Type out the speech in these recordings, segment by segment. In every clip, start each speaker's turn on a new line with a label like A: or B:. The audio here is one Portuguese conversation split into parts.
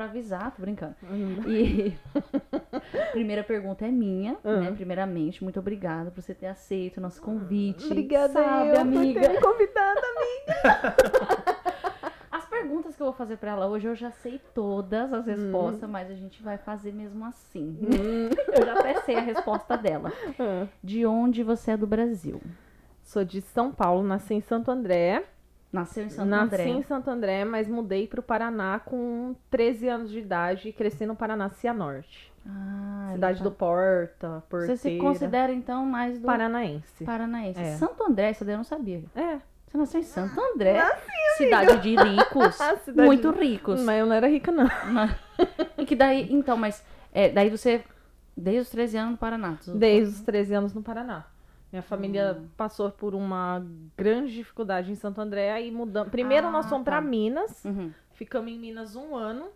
A: avisar, tô brincando.
B: Uhum.
A: E primeira pergunta é minha,
B: Hum.
A: né? Primeiramente, muito obrigada por você ter aceito o nosso convite.
B: Obrigada,
A: sabe,
B: eu,
A: amiga.
B: por ter me convidado.
A: As perguntas que eu vou fazer pra ela hoje, eu já sei todas
B: Uhum.
A: as respostas, mas a gente vai fazer mesmo assim. eu já até sei a resposta dela.
B: Hum.
A: De onde você é do Brasil?
B: Sou de São Paulo, nasci em Santo André.
A: Nasceu em Santo
B: nasci
A: André.
B: em Santo André, mas mudei pro Paraná com 13 anos de idade e cresci no Paraná Cianorte.
A: Ah,
B: Cidade do Porta, Porteira.
A: Você se considera, então, mais do
B: Paranaense.
A: Paranaense.
B: É.
A: Santo André, isso daí eu não sabia.
B: É.
A: Você nasceu em Santo André? cidade de ricos.
B: Cidade-
A: Muito Ah, ricos.
B: Mas eu não era rica, não.
A: Na- E que daí, então, mas é, daí você, desde os 13 anos no Paraná. tu-
B: Desde os 13 anos no Paraná. Minha família
A: Hum.
B: passou por uma grande dificuldade em Santo André. Aí mudamos. Primeiro
A: Ah,
B: nós fomos
A: tá.
B: pra Minas.
A: Uhum.
B: Ficamos em Minas um ano.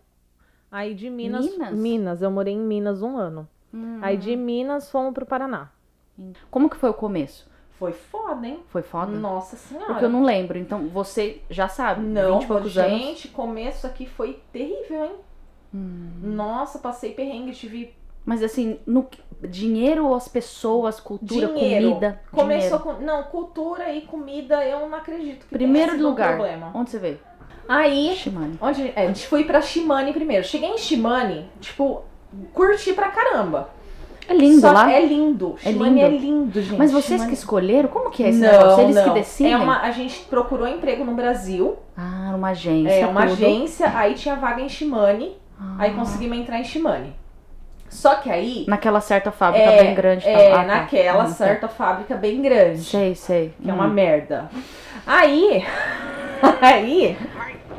B: Aí de Minas.
A: Minas?
B: eu morei em Minas um ano.
A: Hum.
B: Aí de Minas fomos pro Paraná.
A: Como que foi o começo?
B: Foi foda, hein?
A: Foi foda?
B: Nossa senhora.
A: Porque eu não lembro, então você já sabe. 20 e poucos anos.
B: gente, começo aqui foi terrível, hein?
A: Hum.
B: Nossa, passei perrengue, tive
A: Mas assim, no que- dinheiro ou as pessoas, cultura,
B: Dinheiro.
A: comida?
B: Começou
A: Dinheiro.
B: com. Não, cultura e comida, eu não acredito que
A: Primeiro
B: tenha sido
A: lugar.
B: um problema.
A: Onde você veio?
B: Aí,
A: Ixi, mano.
B: onde, é, a gente foi pra Shimane primeiro. Cheguei em Shimane, tipo, curti pra caramba.
A: É lindo
B: Só
A: lá.
B: É lindo.
A: É
B: Shimane é
A: lindo.
B: lindo, gente.
A: Mas vocês que
B: Shimane-
A: escolheram, como que é esse
B: não,
A: negócio? Eles
B: não.
A: que decidem?
B: É uma, a gente procurou emprego no Brasil.
A: Ah, uma agência.
B: É uma
A: tudo.
B: agência, aí tinha vaga em Shimane,
A: Ah.
B: aí conseguimos entrar em Shimane. Só que aí,
A: Naquela certa fábrica
B: É,
A: bem grande.
B: é,
A: tá? Ah, tá.
B: naquela
A: Ah, tá.
B: certa fábrica bem grande.
A: Sei, sei. Hum.
B: que é uma merda. Aí, aí,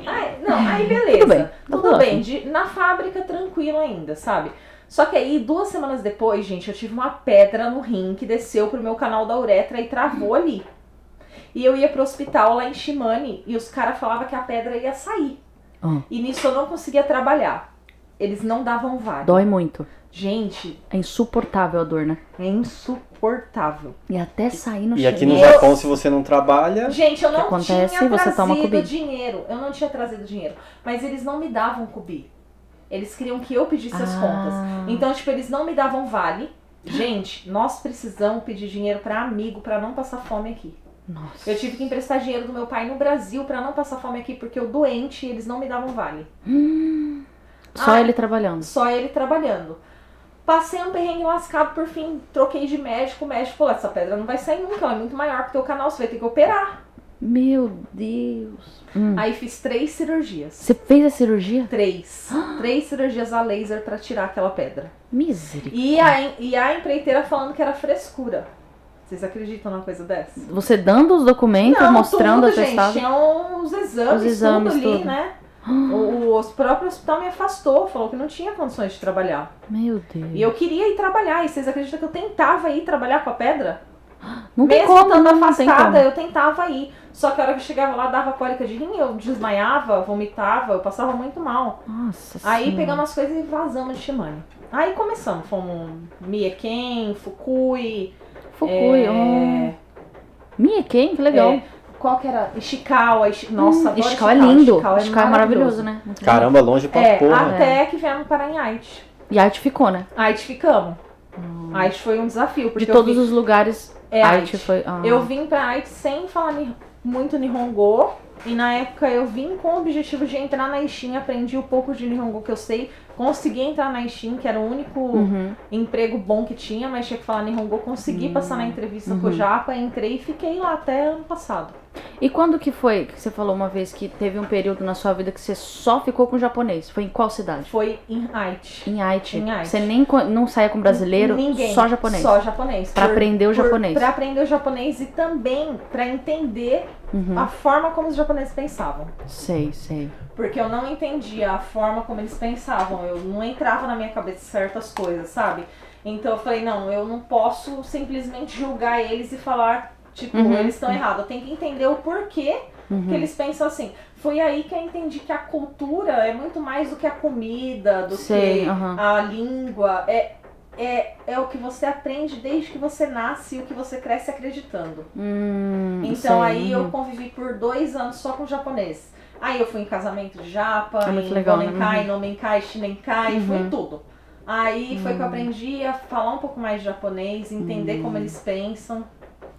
B: aí- não, aí beleza.
A: Tudo bem, tá
B: Tudo
A: tudo
B: bem,
A: ótimo.
B: de- na fábrica tranquilo ainda, sabe? Só que aí, duas semanas depois, gente, eu tive uma pedra no rim que desceu pro meu canal da uretra e travou ali. E eu ia pro hospital lá em Shimane e os caras falavam que a pedra ia sair.
A: Ah.
B: E nisso eu não conseguia trabalhar. Eles não davam vaga.
A: Dói muito.
B: Gente,
A: É insuportável a dor, né?
B: é insuportável.
A: E até sair no
C: E aqui no
A: chão.
B: Eu-
C: Japão, se você não trabalha,
B: Gente, eu
A: que
B: não
A: acontece,
B: tinha
A: você
B: trazido
A: toma cubi.
B: dinheiro. Eu não tinha trazido dinheiro. Mas eles não me davam cubi. Eles queriam que eu pedisse as
A: Ah.
B: contas. Então, tipo, eles não me davam vale. Gente, nós precisamos pedir dinheiro pra amigo pra não passar fome aqui.
A: Nossa.
B: Então, Eu tive que emprestar dinheiro do meu pai no Brasil pra não passar fome aqui porque eu doente e eles não me davam vale.
A: Hum. Só
B: Ah.
A: ele trabalhando.
B: Só ele trabalhando. Passei um perrengue lascado, por fim, troquei de médico. O médico falou: essa pedra não vai sair nunca, ela é muito maior que teu canal, você vai ter que operar.
A: Meu Deus. Hum.
B: Aí fiz três cirurgias.
A: Você fez a cirurgia?
B: Três. Três cirurgias a laser pra tirar aquela pedra.
A: Misericórdia.
B: E a, em- e a empreiteira falando que era frescura. Vocês acreditam numa coisa dessa?
A: Você dando os documentos, mostrando
B: tudo,
A: o
B: gente.
A: atestado.
B: Tinha uns exames,
A: Os exames,
B: tudo ali,
A: tudo.
B: né? O, o- os próprio hospital me afastou, falou que não tinha condições de trabalhar.
A: Meu Deus.
B: E eu queria ir trabalhar. E vocês acreditam que eu tentava ir trabalhar com a pedra?
A: não tem
B: Mesmo
A: como,
B: estando
A: não tem
B: afastada,
A: como.
B: eu tentava ir. Só que a hora que eu chegava lá, dava cólica de rim, eu desmaiava, vomitava, eu passava muito mal.
A: Nossa
B: Aí
A: Senhora.
B: pegamos as coisas e vazamos de Shimane. Aí começamos, fomos Mieken, Fukui.
A: Fukui. oh.
B: é,
A: ó. Minha quem? Que legal.
B: é, qual que era? Ishikawa. Ishi- Nossa,
A: Hum,
B: agora
A: Ishikawa é lindo. Ishikawa, é
B: maravilhoso.
A: maravilhoso, né? Muito bonito.
C: caramba, longe pra
B: É,
C: porra.
B: até que viemos para Inhaite.
A: E a arte ficou, né?
B: Haiti ficamos. Haiti foi um desafio. Porque
A: Hum. De todos
B: eu
A: os lugares,
B: vim, é,
A: a
B: Haiti.
A: arte foi... Ah.
B: Eu vim pra Haiti sem falar ni- muito Nihongo. E na época eu vim com o objetivo de entrar na Ishin, aprendi o pouco de Nihongo que eu sei. Consegui entrar na Ishin, que era o único
A: Uhum.
B: emprego bom que tinha, mas tinha que falar Nihongo, consegui passar na entrevista
A: Uhum.
B: com o Japa, entrei e fiquei lá até ano passado.
A: E quando que foi que você falou uma vez que teve um período na sua vida que você só ficou com japonês? Foi em qual cidade?
B: Foi em Haiti.
A: Em Haiti.
B: Em Haiti.
A: Você nem co- não saía com brasileiro,
B: Ninguém.
A: só japonês.
B: Só japonês.
A: Pra aprender o japonês.
B: Pra aprender o japonês e também pra entender
A: Uhum.
B: a forma como os japoneses pensavam.
A: Sei, sei.
B: Porque eu não entendia a forma como eles pensavam, eu não entrava na minha cabeça certas coisas, sabe? Então eu falei, não, eu não posso simplesmente julgar eles e falar, tipo,
A: Uhum.
B: eles estão errados. Eu tenho que entender o porquê
A: Uhum.
B: que eles pensam assim. Foi aí que eu entendi que a cultura é muito mais do que a comida, do
A: Sei,
B: que
A: aham.
B: a língua. É, é, é o que você aprende desde que você nasce e o que você cresce acreditando.
A: Hum,
B: Então
A: sei,
B: aí
A: uhum.
B: eu convivi por dois anos só com japonês. Aí eu fui em casamento de japa,
A: É muito
B: em
A: legal, né? Uhum.
B: Bonenkai, Nomenkai, Shinenkai, fui em tudo. Aí foi que
A: Hum.
B: eu aprendi a falar um pouco mais de japonês, entender como eles pensam.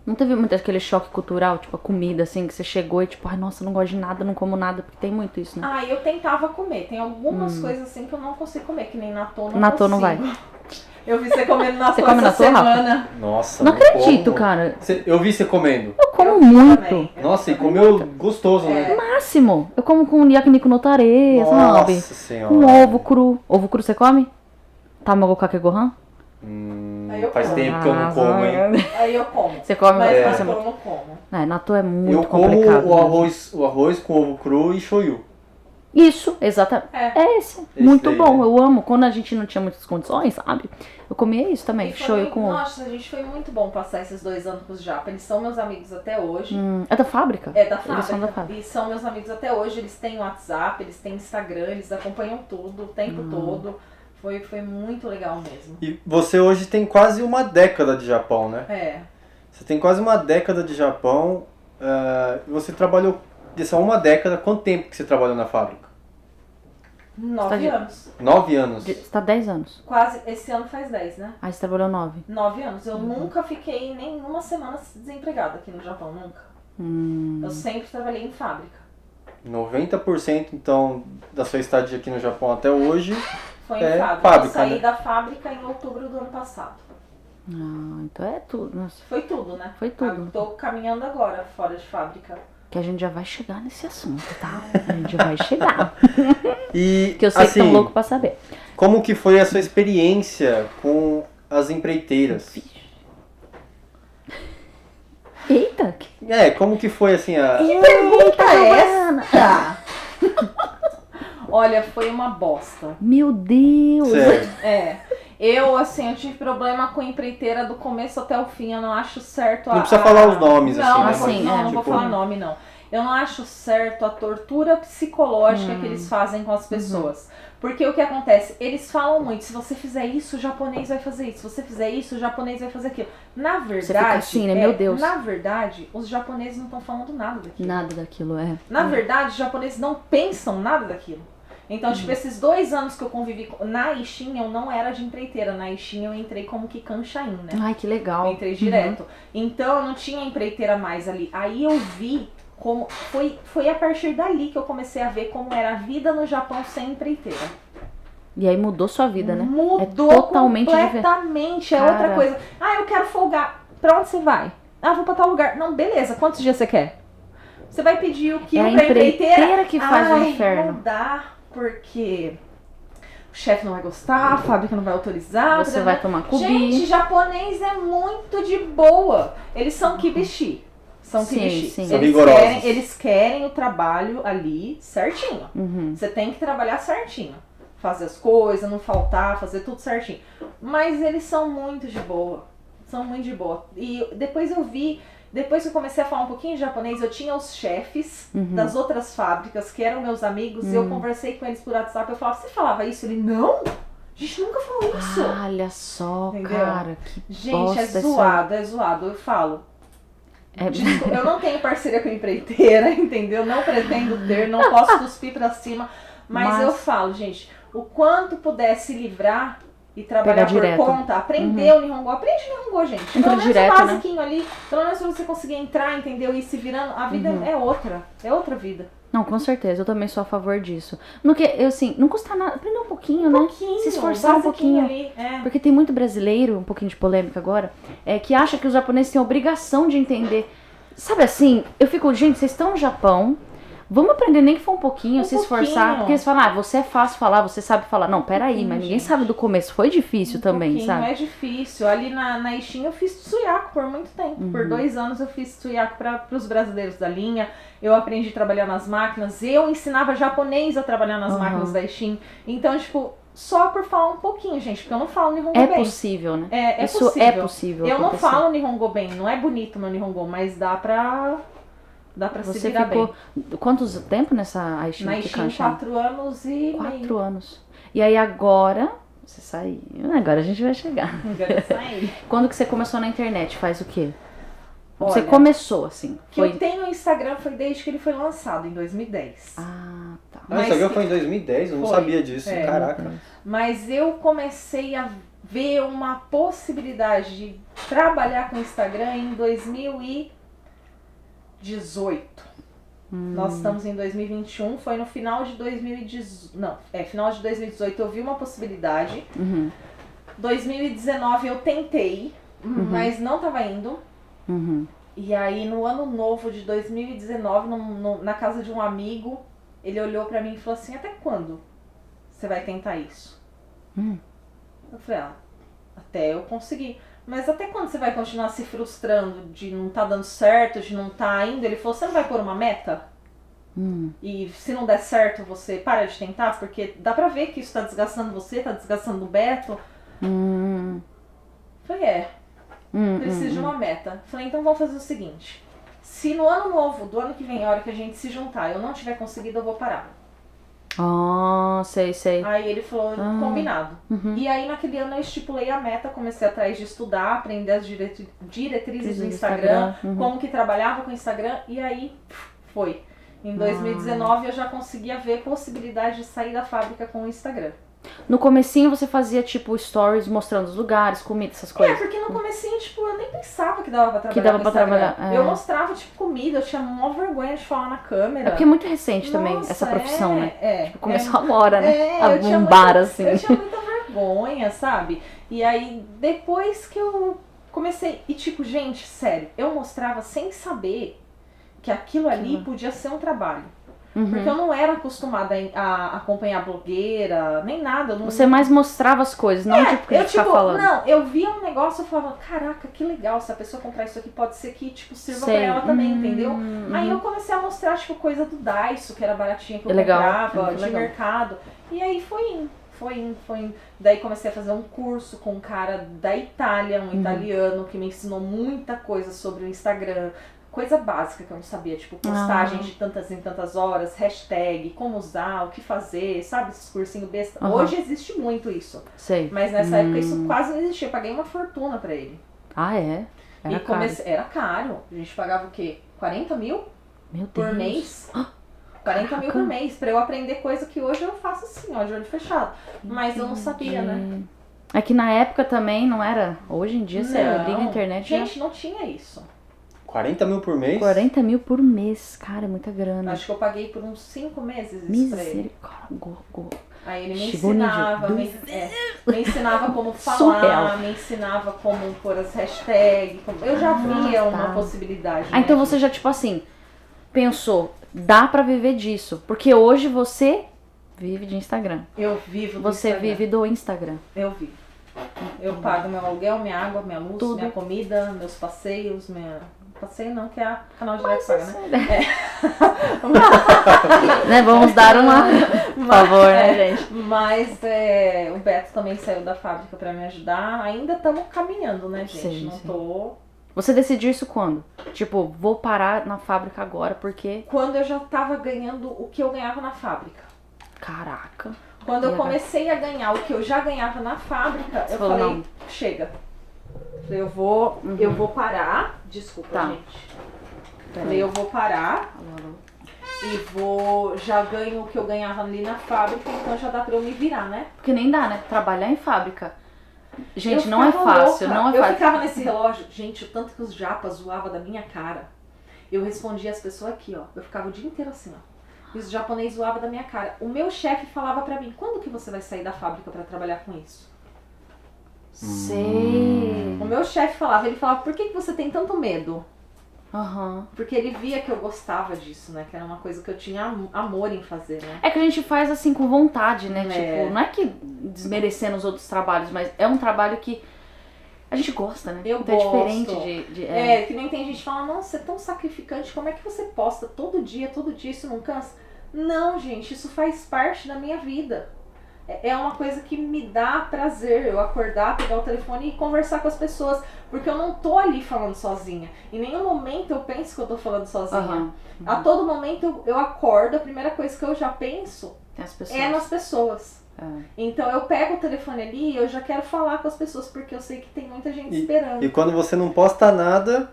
A: Não teve muito aquele choque cultural, tipo a comida, assim, que você chegou e tipo, ai, nossa, eu não gosto de nada, não como nada, porque tem muito isso, né?
B: Aí Ah, eu tentava comer. Tem algumas coisas assim que eu não consigo comer, que nem natô não
A: Natô Hum. não
B: consigo. Eu vi você comendo natô
A: Você come natô,
B: essa
A: Rafa?
B: semana.
C: Nossa,
A: ah,
C: né?
A: Não acredito,
C: como.
A: cara.
C: Cê- eu vi você comendo.
A: Eu como
B: Eu
A: muito.
B: também. É,
C: Nossa, e comeu gostoso, né?
A: Máximo. Eu como com um yakiniku no tare,
C: Nossa
A: sabe?
C: senhora.
A: Com Um ovo cru. Ovo cru você come? Tamago kake gohan?
C: Hum,
B: Aí eu
C: faz
A: Ah,
B: como.
C: tempo que eu não como,
A: é
C: hein?
B: Aí eu como.
A: Você come,
B: Mas
A: é.
B: natô eu não como.
A: É, natô é muito
C: eu como
A: complicado.
C: o
A: né?
C: arroz, o arroz com ovo cru e shoyu.
A: Isso, exatamente.
B: É.
A: É esse.
C: Esse
A: muito
C: daí,
A: bom,
C: né?
A: eu amo. Quando a gente não tinha muitas condições, sabe? Eu comia isso também,
B: E foi
A: shoyu
B: muito-
A: com ovo.
B: Nossa, gente, foi muito bom passar esses dois anos com os japa. Eles são meus amigos até hoje.
A: Hum, é da fábrica?
B: É da
A: Eles são da
B: fábrica.
A: fábrica.
B: E são meus amigos até hoje. Eles têm WhatsApp, eles têm Instagram, eles acompanham tudo o tempo
A: Hum.
B: todo. Foi, foi muito legal mesmo.
C: E você hoje tem quase uma década de Japão, né?
B: É.
C: Você tem quase uma década de Japão. ah, e você trabalhou dessa uma década. Quanto tempo que você trabalhou na fábrica?
A: tá
B: Nove
A: Estagiário.
B: anos.
C: Nove anos.
A: De- Você tá 10 anos.
B: Quase. Esse ano faz dez, né?
A: Aí você trabalhou 9.
B: Nove anos.
C: Uhum.
B: Eu nunca fiquei nem uma semana desempregada aqui no Japão, nunca.
C: Hum.
B: Eu sempre trabalhei em fábrica.
C: 90% então da sua estadia aqui no Japão até hoje.
B: Foi em
C: É,
B: fábrica.
C: fábrica,
B: Eu saí
C: né?
B: da fábrica em outubro do ano passado.
A: Ah, então é tudo. Nossa,
B: Foi tudo, né?
A: Foi tudo.
B: Ah, Tô caminhando agora fora de fábrica.
A: que a gente já vai chegar nesse assunto, tá? A gente vai chegar.
C: E
A: Que eu sei
C: assim,
A: que tão louco pra saber.
C: como que foi a sua experiência com as empreiteiras?
A: Eita, que tá
C: É, como que foi assim a
A: pergunta
B: é Olha, foi uma bosta.
A: Meu Deus!
C: Sério,
B: É. Eu, assim, eu tive problema com empreiteira do começo até o fim. Eu não acho certo a.
C: Não precisa
B: a-
C: falar os nomes,
B: não,
A: né?
C: assim,
B: Não,
A: Assim,
B: não,
A: é,
B: não vou
C: tipo-
B: falar nome, não. Eu não acho certo a tortura psicológica
A: Hum.
B: que eles fazem com
A: Uhum.
B: as pessoas. Porque o que acontece? Eles falam muito, se você fizer isso, o japonês vai fazer isso. Se você fizer isso, o japonês vai fazer aquilo. Na verdade.
A: fica assim, né?
B: é,
A: Meu Deus.
B: Na verdade, os japoneses não estão falando nada daquilo.
A: Nada daquilo é.
B: Na verdade, os japoneses não pensam nada daquilo. Então,
A: Hum.
B: tipo, esses dois anos que eu convivi com- na Ishin, eu não era de empreiteira. Na Ishin, eu entrei como que Shain, né?
A: Ai, que
B: Eu
A: legal.
B: entrei direto.
A: Uhum.
B: Então, eu não tinha empreiteira mais ali. Aí eu vi como... Foi, foi a partir dali que eu comecei a ver como era a vida no Japão sem empreiteira.
A: E aí mudou sua vida,
B: Hum.
A: né?
B: Mudou
A: É totalmente
B: completamente. É outra
A: Cara.
B: coisa. Ah, eu quero folgar. Pra onde você vai? Ah, vou pra tal lugar. Não, beleza. Quantos dias você quer? Você vai pedir o que
A: é a
B: pra empreiteira?
A: empreiteira que faz o
B: Ai,
A: inferno.
B: Não dá, porque o chefe não vai gostar, a fábrica não vai autorizar.
A: Você
B: blá, blá.
A: vai tomar
B: Gente,
A: cubi.
B: japonês é muito de boa. Eles são kibishi. São
A: Sim,
B: kibishi.
A: sim.
B: Eles
C: São rigorosos.
B: Querem, eles querem o trabalho ali certinho.
A: Uhum.
B: Você tem que trabalhar certinho. Fazer as coisas, não faltar, fazer tudo certinho. Mas eles são muito de boa. São muito de boa. E depois eu vi, depois que eu comecei a falar um pouquinho de japonês, eu tinha os chefes
A: Uhum.
B: das outras fábricas que eram meus amigos. e Eu conversei com eles por WhatsApp. Eu falava, você falava isso? Ele, não! A gente nunca falou isso.
A: Olha só,
B: Entendeu?
A: cara, que
B: Gente,
A: bosta
B: é
A: essa-
B: zoado, é zoado. Eu falo.
A: É-
B: Desculpa, eu não tenho parceria com empreiteira, entendeu? Não pretendo ter, não posso cuspir pra cima. Mas,
A: Mas-
B: eu falo, gente, o quanto puder se livrar e trabalhar
A: Pegar
B: por
A: direto. Uhum.
B: conta, aprender o Nihongo, aprende Nihongo, gente.
A: Entra
B: pelo menos
A: direto,
B: o
A: né?
B: basiquinho ali, pelo menos pra você conseguir entrar, entendeu? E se virando, a vida
A: Uhum.
B: é outra, é outra vida.
A: Não, com certeza, eu também sou a favor disso. No que, eu, assim, não custa nada, aprender um pouquinho, né?
B: pouquinho,
A: Se esforçar um
B: basiquinho
A: pouquinho.
B: ali, é.
A: Porque tem muito brasileiro, um pouquinho de polêmica agora, é, que acha que os japoneses têm obrigação de entender. Sabe assim, eu fico, gente, vocês estão no Japão, vamos aprender nem que for um pouquinho,
B: Um
A: se esforçar.
B: pouquinho.
A: Porque eles falam, ah, você é fácil falar, você sabe falar. Não, peraí,
B: pouquinho,
A: mas ninguém
B: gente.
A: sabe do começo, foi difícil
B: Um
A: também,
B: pouquinho,
A: sabe?
B: É difícil. Ali na, na Ishin eu fiz suiaco por muito tempo.
A: Uhum.
B: Por dois anos eu fiz suiaco para os brasileiros da linha. Eu aprendi a trabalhar nas máquinas. Eu ensinava japonês a trabalhar nas
A: Aham.
B: máquinas da Ishin. Então, tipo, só por falar um pouquinho, gente, porque eu não falo Nihongo
A: É
B: bem.
A: possível, né?
B: É, é
A: Isso
B: possível.
A: é possível.
B: Eu não
A: acontecer.
B: falo Nihongo bem. Não é bonito meu Nihongo, mas dá pra, dá pra se
A: Você
B: virar
A: ficou.
B: bem.
A: Quantos tempo nessa Aishin
B: Na Ishin, quatro anos e meio.
A: Quatro anos. E aí agora. Você saiu. Agora a gente vai chegar.
B: Engraçado.
A: Quando que você começou na internet? Faz o quê? Você
B: Olha.
A: começou assim.
B: Que
A: Foi...
B: eu tenho o Instagram foi desde que ele foi lançado, em 2010.
A: Ah, tá.
C: Ah,
B: Mas
C: isso aqui
B: que-
C: foi em 2010, eu não
B: Foi.
C: sabia disso.
B: É.
C: Caraca.
B: Mas eu comecei a ver uma possibilidade de trabalhar com o Instagram em 2018.
A: Hum.
B: Nós estamos em 2021, foi no final de 2018. Não, é final de 2018 eu vi uma possibilidade.
A: Uhum,
B: 2019 eu tentei, mas não tava indo.
A: uhum.
B: E aí no ano novo de 2019, num- num- na casa de um amigo, ele olhou pra mim e falou assim: "Até quando você vai tentar isso?"
A: Hum.
B: Eu falei: "Ah, até eu conseguir. Mas até quando você vai continuar se frustrando de não tá dando certo, de não tá indo?" Ele falou: "Você não vai pôr uma meta?"
A: Hum.
B: E se não der certo, você para de tentar, porque dá pra ver que isso tá desgastando você, tá desgastando o Beto.
A: Hum,
B: Falei, é,
A: hum,
B: preciso de uma meta. Falei, então vamos fazer o seguinte. Se no ano novo, do ano que vem, a hora que a gente se juntar, eu não tiver conseguido, eu vou parar.
A: Ah, sei, sei.
B: Aí ele falou,
A: Ah.
B: combinado.
A: Uhum.
B: E aí naquele ano eu estipulei a meta, comecei atrás de estudar, aprender as diretri- diretrizes do Instagram,
A: Uhum.
B: como que trabalhava com o Instagram, e aí pff, foi. Em 2019 eu já conseguia ver possibilidade de sair da fábrica com o Instagram.
A: No comecinho você fazia tipo stories mostrando os lugares, comida, essas
B: É,
A: coisas.
B: porque no comecinho, tipo, eu nem pensava que dava pra trabalhar
A: Que dava
B: com
A: pra
B: Instagram.
A: trabalhar, é.
B: Eu mostrava, tipo, comida, eu tinha mó vergonha de falar na câmera.
A: É porque é muito recente também
B: Nossa,
A: essa profissão,
B: é,
A: né?
B: É.
A: Começou agora, né?
B: É,
A: A
B: eu tinha
A: bombar,
B: muita-
A: assim.
B: Eu tinha muita vergonha, sabe? E aí, depois que eu comecei... E tipo, gente, sério, eu mostrava sem saber que aquilo ali podia ser um trabalho. Porque
A: Uhum.
B: eu não era acostumada em- a acompanhar blogueira, nem nada. eu não-
A: Você mais mostrava as coisas, não tipo que
B: eu,
A: ficar
B: tipo,
A: falando.
B: não, eu via um negócio e falava, caraca, que legal, se a pessoa comprar isso aqui, pode ser que, tipo, sirva pra ela também,
A: Hum,
B: entendeu?
A: uhum.
B: Aí eu comecei a mostrar, tipo, coisa do Daiso, que era baratinha, que eu
A: É legal,
B: comprava,
A: é
B: de
A: legal.
B: mercado. E aí foi indo, foi indo, foi indo. Daí comecei a fazer um curso com um cara da Itália,
A: Uhum.
B: um italiano, que me ensinou muita coisa sobre o Instagram. Coisa básica que eu não sabia, tipo,
A: Ah.
B: postagens de tantas em tantas horas, hashtag, como usar, o que fazer, sabe? Esses cursinhos besta.
A: Aham. Hum.
B: Hoje existe muito isso.
A: Sei.
B: Mas nessa época isso quase não existia. Eu paguei uma fortuna pra ele.
A: Ah, é? Era
B: e comecei... Era caro. A gente pagava o quê? 40 mil?
A: caro. Meu Deus.
B: por mês. 40 mil por
A: Caraca.
B: mês, pra eu aprender coisa que hoje eu faço assim, ó, de olho fechado. Mas eu não sabia, né?
A: É que na época também não era. Hoje em dia você
B: Não.
A: liga a internet já.
B: Gente, não tinha isso.
C: 40 mil por mês?
A: 40 mil por mês, cara, é muita grana.
B: Acho que eu paguei por uns 5 meses isso pra ele.
A: Misericórdia. Go- go-
B: Aí ele me
A: Chegou o nível
B: ensinava,
A: do
B: me, é, me ensinava como
A: Surreal.
B: falar, me ensinava como pôr as hashtags. como- Eu já via
A: tá.
B: uma possibilidade.
A: Ah, então
B: né?
A: você já, tipo assim, pensou, dá pra viver disso. Porque hoje você vive de Instagram.
B: Eu vivo do
A: Você
B: Instagram.
A: vive do Instagram.
B: Eu vivo. Eu pago meu aluguel, minha água, minha luz,
A: Tudo.
B: minha comida, meus passeios, minha. Passeio não, que é a canal direto paga, né?
A: Né? Vamos dar uma. Por favor, né, gente?
B: Mas é, o Beto também saiu da fábrica pra me ajudar. Ainda estamos caminhando, né, gente?
A: Sim,
B: não
A: sim.
B: tô.
A: Você decidiu isso quando? Tipo, vou parar na fábrica agora porque.
B: Quando eu já tava ganhando o que eu ganhava na fábrica.
A: Caraca.
B: Quando eu
A: Era.
B: comecei a ganhar o que eu já ganhava na fábrica, eu
A: falou, Uhum.
B: falei, chega. Falei, Eu vou, eu vou parar. Desculpa,
A: Tá.
B: gente. Falei, eu vou parar e vou já ganho o que eu ganhava ali na fábrica, então já dá pra eu me virar, né?
A: Porque nem dá, né? Trabalhar em fábrica. Gente,
B: Eu
A: não é
B: ficava
A: fácil,
B: louca.
A: não é
B: Eu
A: fácil.
B: ficava nesse relógio, gente, o tanto que os japas zoavam da minha cara. Eu respondia as pessoas aqui, ó. Eu ficava o dia inteiro assim, ó. E os japoneses zoavam da minha cara. O meu chefe falava pra mim, quando que você vai sair da fábrica pra trabalhar com isso?
A: Sei.
B: O meu chefe falava, ele falava, por que, que você tem tanto medo?
A: Aham.
B: Porque ele via que eu gostava disso, né? Que era uma coisa que eu tinha am- amor em fazer, né?
A: É que a gente faz assim com vontade, né?
B: É.
A: Tipo, não é que desmerecendo os outros trabalhos, mas é um trabalho que a gente gosta, né?
B: Eu
A: então
B: gosto.
A: é diferente de. de- é.
B: É, que nem tem gente que fala, nossa, é tão sacrificante, como é que você posta todo dia, todo dia, isso não cansa? Não, gente, isso faz parte da minha vida. É é uma coisa que me dá prazer eu acordar, pegar o telefone e conversar com as pessoas. Porque eu não tô ali falando sozinha. Em nenhum momento eu penso que eu tô falando sozinha.
A: Aham.
B: A todo momento eu, eu acordo, a primeira coisa que eu já penso
A: Tem as pessoas.
B: é nas pessoas.
A: É.
B: Então eu pego o telefone ali e eu já quero falar com as pessoas, porque eu sei que tem muita gente
C: E-
B: esperando.
C: E quando você não posta nada,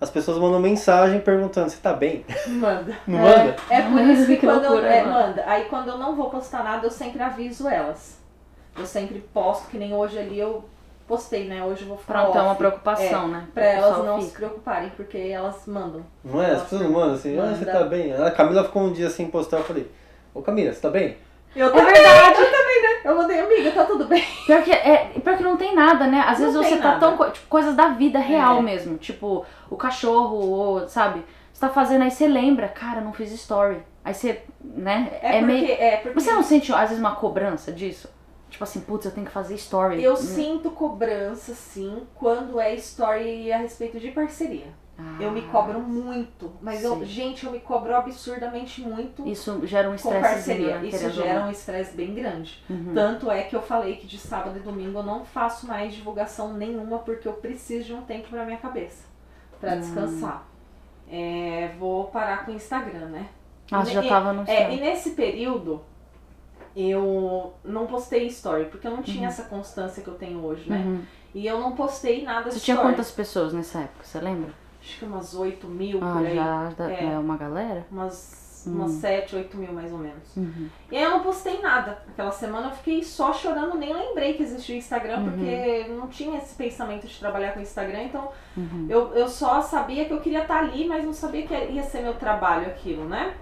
C: as pessoas mandam mensagem perguntando, você tá bem?
B: Manda.
C: Não manda?
B: É por isso que,
A: Que
B: quando eu,
A: loucura,
B: é,
A: mano.
B: manda. Aí quando eu não vou postar nada, eu sempre aviso elas. Eu sempre posto, que nem hoje ali eu postei, né? Hoje eu vou ficar
A: Pronto, é uma
B: off.
A: preocupação, né?
B: Pra
A: O
B: elas
A: pessoal
B: não se
A: fica.
B: preocuparem, porque elas mandam.
C: Não é? As pessoas mandam assim, ah, você
B: Manda.
C: tá bem? A Camila ficou um dia sem postar, eu falei, ô Camila, você tá bem?
B: Eu também, É verdade. eu também, né? Eu mandei, amiga, tá tudo bem.
A: Pior que, é, pior que não tem nada, né? Às
B: Não
A: vezes você
B: tem
A: tá
B: nada.
A: tão. co- Tipo, coisas da vida real
B: É.
A: mesmo. Tipo, o cachorro, ou, sabe? Você tá fazendo, aí você lembra, cara, não fiz story. Aí você, né?
B: É, porque,
A: meio.
B: é porque
A: Você um não sente, às vezes, uma cobrança disso? Tipo assim, putz, eu tenho que fazer story.
B: eu
A: Hum.
B: sinto cobrança, sim, quando é story a respeito de parceria.
A: Ah,
B: Eu me cobro muito, mas eu,
A: Sim.
B: gente, eu me cobro absurdamente muito
A: Isso gera um
B: com
A: estresse.
B: parceria. Isso gera um estresse bem grande.
A: Uhum.
B: Tanto é que eu falei que de sábado e domingo eu não faço mais divulgação nenhuma porque eu preciso de um tempo pra minha cabeça,
A: Hum.
B: pra descansar. É, vou parar com o Instagram, né?
A: Ah, você já tava no
B: É,
A: céu.
B: e nesse período eu não postei story, porque eu não tinha essa constância que eu tenho hoje, né?
A: Uhum.
B: E eu não postei nada
A: Você
B: de
A: tinha
B: story.
A: quantas pessoas nessa época, você lembra?
B: Acho que umas 8 mil
A: Ah,
B: por aí.
A: já da-
B: É.
A: é. uma galera?
B: Umas, umas
A: Hum.
B: 7, 8 mil mais ou menos.
A: Uhum.
B: E aí eu não postei nada. Aquela semana eu fiquei só chorando, nem lembrei que existia o Instagram,
A: Uhum.
B: porque não tinha esse pensamento de trabalhar com o Instagram. Então
A: Uhum.
B: eu, eu só sabia que eu queria estar ali, mas não sabia que ia ser meu trabalho aquilo, né?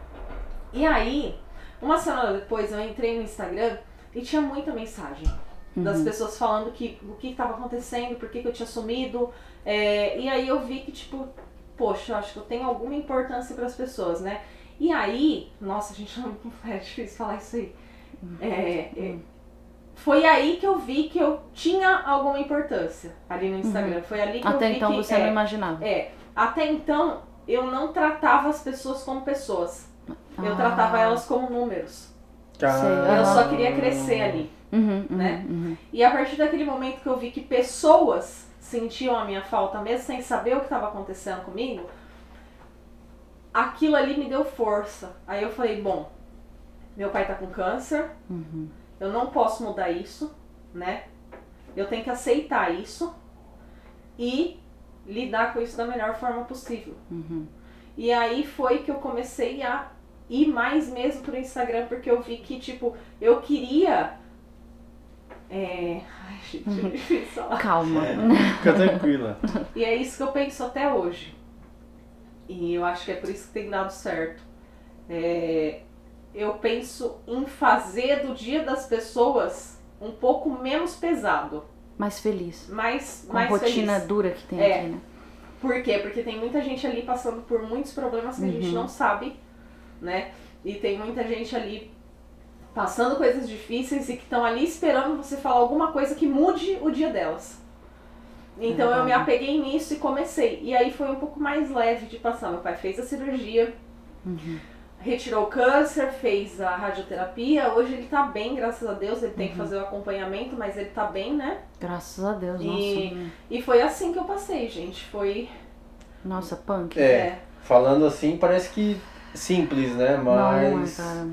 B: E aí, uma semana depois eu entrei no Instagram e tinha muita mensagem das
A: uhum.
B: pessoas falando que o que estava acontecendo, por que, que eu tinha sumido. é, e aí eu vi que, tipo, poxa, eu acho que eu tenho alguma importância para as pessoas, né? E aí, nossa, gente, é difícil falar isso aí. É, é, foi aí que eu vi que eu tinha alguma importância ali no Instagram. Foi ali que eu
A: Uhum. Até
B: vi
A: então
B: que,
A: você
B: é,
A: não imaginava.
B: é, até então eu não tratava as pessoas como pessoas. Eu
A: Ah.
B: tratava elas como números.
C: Ah.
B: Eu só queria crescer ali.
A: Uhum, uhum,
B: né?
A: uhum.
B: E a partir daquele momento que eu vi que pessoas sentiam a minha falta, mesmo sem saber o que estava acontecendo comigo, aquilo ali me deu força. Aí eu falei, bom, meu pai tá com câncer,
A: Uhum.
B: eu não posso mudar isso, né? Eu tenho que aceitar isso e lidar com isso da melhor forma possível.
A: Uhum.
B: E aí foi que eu comecei a ir mais mesmo pro Instagram, porque eu vi que, tipo, eu queria. É. Ai, gente, é difícil falar.
A: Calma. né?
C: Fica tranquila.
B: E é isso que eu penso até hoje. E eu acho que é por isso que tem dado certo. É, eu penso em fazer do dia das pessoas um pouco menos pesado,
A: Mais feliz.
B: mais,
A: Com a
B: mais
A: rotina
B: feliz.
A: dura que tem
B: É.
A: aqui, né?
B: Por quê? Porque tem muita gente ali passando por muitos problemas que a gente
A: Uhum.
B: não sabe, né? E tem muita gente ali passando coisas difíceis e que estão ali esperando você falar alguma coisa que mude o dia delas. Então eu me apeguei nisso e comecei. E aí foi um pouco mais leve de passar. Meu pai fez a cirurgia,
A: Uhum.
B: retirou o câncer, fez a radioterapia. Hoje ele tá bem, graças a Deus. Ele tem
A: Uhum.
B: que fazer o acompanhamento, mas ele tá bem, né?
A: Graças a Deus, nossa. né?
B: E- E foi assim que eu passei, gente. Foi.
A: Nossa, punk.
C: É,
B: é,
C: falando assim, parece que simples, né?
B: é,
A: Não, é,
C: Mas.
A: cara.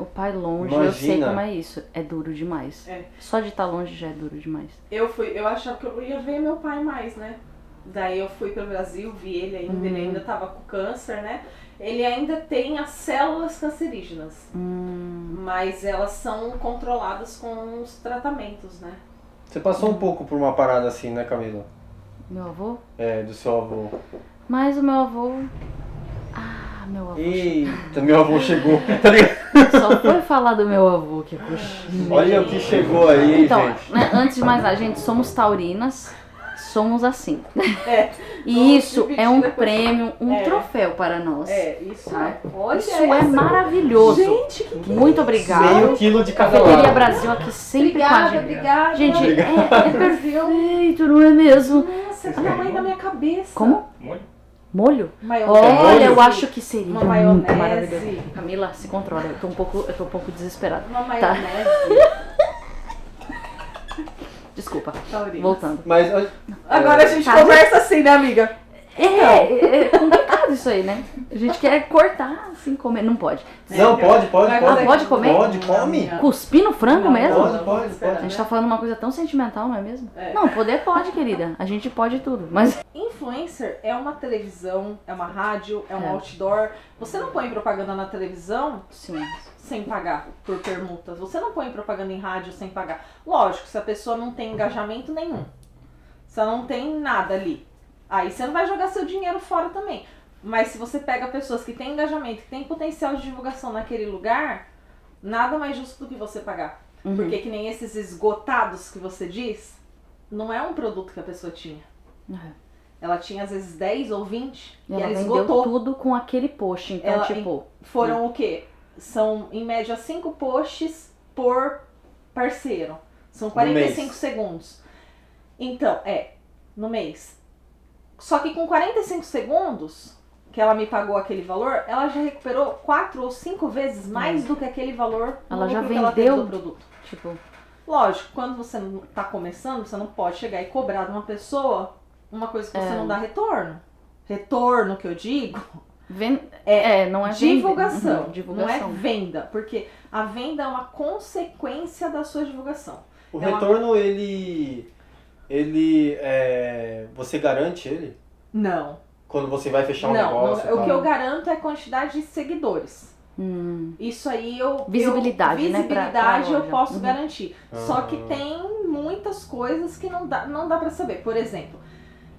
A: O pai longe, eu
C: Imagina.
A: sei como é isso. É duro demais.
B: É.
A: Só de estar longe já é duro demais.
B: Eu fui, eu achava que eu não ia ver meu pai mais, né? Daí eu fui pro Brasil, vi ele ainda,
A: Uhum.
B: ele ainda tava com câncer, né? Ele ainda tem as células cancerígenas,
A: Hum,
B: mas elas são controladas com os tratamentos, né?
C: Você passou um pouco por uma parada assim, né, Camila?
A: meu avô?
C: É, do seu avô.
A: Mas o meu avô. Ah, meu avô.
C: Eita, meu avô chegou. Tá ligado?
A: Só foi falar do meu avô que é coxinha.
C: Olha o que chegou aí,
A: Então,
C: gente.
A: né, antes de mais nada, gente, somos taurinas, somos assim.
B: É.
A: E isso
B: dividir
A: é um
B: a coisa.
A: prêmio, um
B: É.
A: troféu para nós.
B: É, isso é. Olha
A: Isso é
B: essa-
A: maravilhoso.
B: Gente, que
A: Muito obrigado.
C: Meio quilo de cada
A: Cafeteria
C: lado.
A: Brasil aqui sempre com a
B: obrigada,
A: gente.
B: obrigada.
A: Gente, é, é
B: Brasil.
A: perfeito, não é mesmo?
B: Nossa, é do tamanho da minha cabeça.
A: Como?
D: Muito.
A: Molho?
B: Maionese.
A: Olha, eu acho que seria
B: Uma
A: muito
B: maionese.
A: maravilhoso. Camila, se controla, eu tô um pouco, eu tô um pouco desesperada.
B: Uma
A: Tá.
B: maionese.
A: Desculpa,
B: Taurina.
A: voltando.
C: Mas olha, É.
B: Agora a gente
A: Tá.
B: conversa assim, né, amiga?
A: É, é, é complicado isso aí, né? A gente quer cortar assim, comer, não pode.
C: Não, pode, pode,
B: É, Vai
C: pode.
B: fazer-
A: pode comer?
C: Pode, come.
A: Cuspir no frango
B: Não,
A: mesmo?
C: Pode, pode,
A: A tá
C: pode.
A: gente tá falando uma coisa tão sentimental, não é mesmo?
B: É.
A: Não, poder pode, querida. A gente pode tudo, mas...
B: influencer é uma televisão, é uma rádio, é um
A: É.
B: outdoor. Você não põe propaganda na televisão
A: Sim.
B: sem pagar por permutas. Você não põe propaganda em rádio sem pagar. Lógico, se a pessoa não tem engajamento nenhum, se ela não tem nada ali, aí você não vai jogar seu dinheiro fora também. Mas se você pega pessoas que têm engajamento, que têm potencial de divulgação naquele lugar, nada mais justo do que você pagar.
A: Uhum.
B: Porque que nem esses esgotados que você diz, não é um produto que a pessoa tinha.
A: É.
B: Ela tinha às vezes 10 ou 20 e
A: Ela,
B: ela
A: vendeu
B: esgotou.
A: tudo com aquele post. Então,
B: Ela-
A: tipo,
B: Foram o quê? São, em média, 5 posts por parceiro. São 45
C: mês.
B: segundos. Então, é, no mês. Só que com 45 segundos que ela me pagou aquele valor, ela já recuperou 4 ou 5 vezes mais do que aquele valor no
A: Ela já
B: lucro que ela teve
A: vendeu.
B: do produto.
A: tipo,
B: Lógico, quando você não tá começando, você não pode chegar e cobrar de uma pessoa uma coisa que
A: É.
B: você não dá retorno. Retorno que eu digo
A: ven-
B: É,
A: é, não é vender.
B: divulgação,
A: Uhum, divulgação.
B: não é venda, porque a venda é uma consequência da sua divulgação.
C: O
B: É uma-
C: retorno, ele. Ele. É, você garante ele?
B: Não,
C: Quando você vai fechar um
B: não,
C: negócio? e
B: não, o
C: tal?
B: que eu garanto é a quantidade de seguidores.
A: Hum,
B: Isso aí eu
A: Visibilidade,
B: eu,
A: né, pra- pra
B: visibilidade eu
A: loja.
B: posso
A: Uhum.
B: garantir. Só que
C: Ah.
B: tem muitas coisas que não dá, não dá para saber. Por exemplo,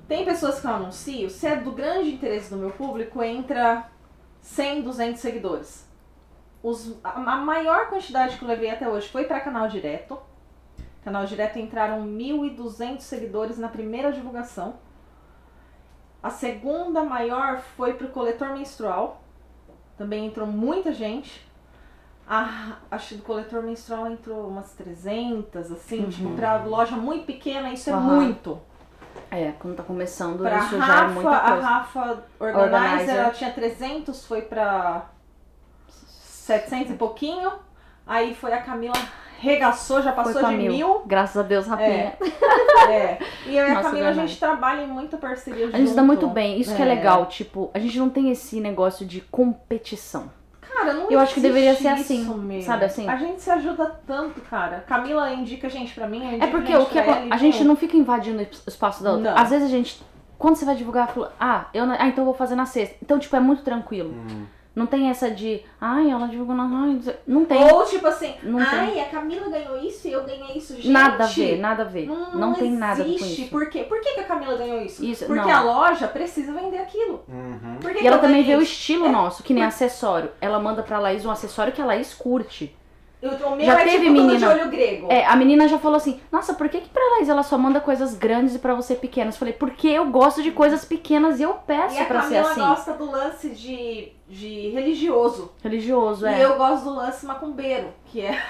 B: tem pessoas que eu anuncio, se é do grande interesse do meu público, entra 100, 200 seguidores. Os- a, a maior quantidade que eu levei até hoje foi para canal direto. Canal direto entraram 1.200 seguidores na primeira divulgação. A segunda maior foi pro coletor menstrual. Também entrou muita gente. Ah, acho que do coletor menstrual entrou umas 300, assim, tipo, pra loja muito pequena, isso é
A: Uhum. Aham.
B: muito.
A: é, quando tá começando,
B: Pra
A: isso já é
B: Rafa,
A: muita
B: a
A: coisa.
B: Rafa Organizer,
A: Organizer.
B: ela tinha 300, foi pra 700 e pouquinho. Aí foi a Camila, regaçou, já passou
A: Foi pra
B: de
A: mil.
B: mil.
A: Graças a Deus, rapinha.
B: É. E eu e a
A: Nossa,
B: Camila, a
A: verdade.
B: gente trabalha em muita parceria junto.
A: A gente dá muito bem, isso que é
B: É.
A: legal, tipo, a gente não tem esse negócio de competição.
B: Cara, não
A: Eu acho que
B: existe
A: deveria ser
B: isso,
A: assim,
B: meu.
A: sabe, assim?
B: A gente se ajuda tanto, cara. Camila indica a gente pra mim, eu indico
A: É porque
B: gente
A: o que
B: pra
A: acon-
B: ela,
A: a gente
B: então-
A: não fica invadindo o espaço da outra.
B: Não.
A: Às vezes a gente, quando você vai divulgar, fala, ah, eu não- ah, então eu vou fazer na sexta. Então, tipo, é muito tranquilo.
C: Hum.
A: Não tem essa de, ai, ela divulgou na, ai, não sei." não tem
B: Ou tipo assim,
A: Não
B: ai, a Camila ganhou isso e eu ganhei isso, gente.
A: nada a ver, nada a ver.
B: Não,
A: Não, tem nada a ver com
B: existe.
A: isso.
B: Por quê? Por que, que a Camila ganhou isso?
A: Isso,
B: Porque
A: não.
B: a é loja precisa vender aquilo.
C: Uhum.
B: Por que
A: E
B: que
A: ela
B: eu
A: também vê
B: ganhei
A: o
B: isso?
A: estilo nosso, que nem acessório. Ela manda pra Laís um acessório que a Laís curte.
B: Eu- O meu
A: Já
B: é
A: teve
B: tipo tudo de
A: menina-
B: olho grego.
A: É, a menina já falou assim: Nossa, por que, que pra Laís ela só manda coisas grandes e pra você pequenas? Eu falei: Porque eu gosto de coisas pequenas e eu
B: e
A: peço
B: a
A: pra ser
B: Camila
A: assim.
B: gosta do lance de, de religioso.
A: Religioso,
B: E
A: é.
B: eu gosto do lance macumbeiro, que é,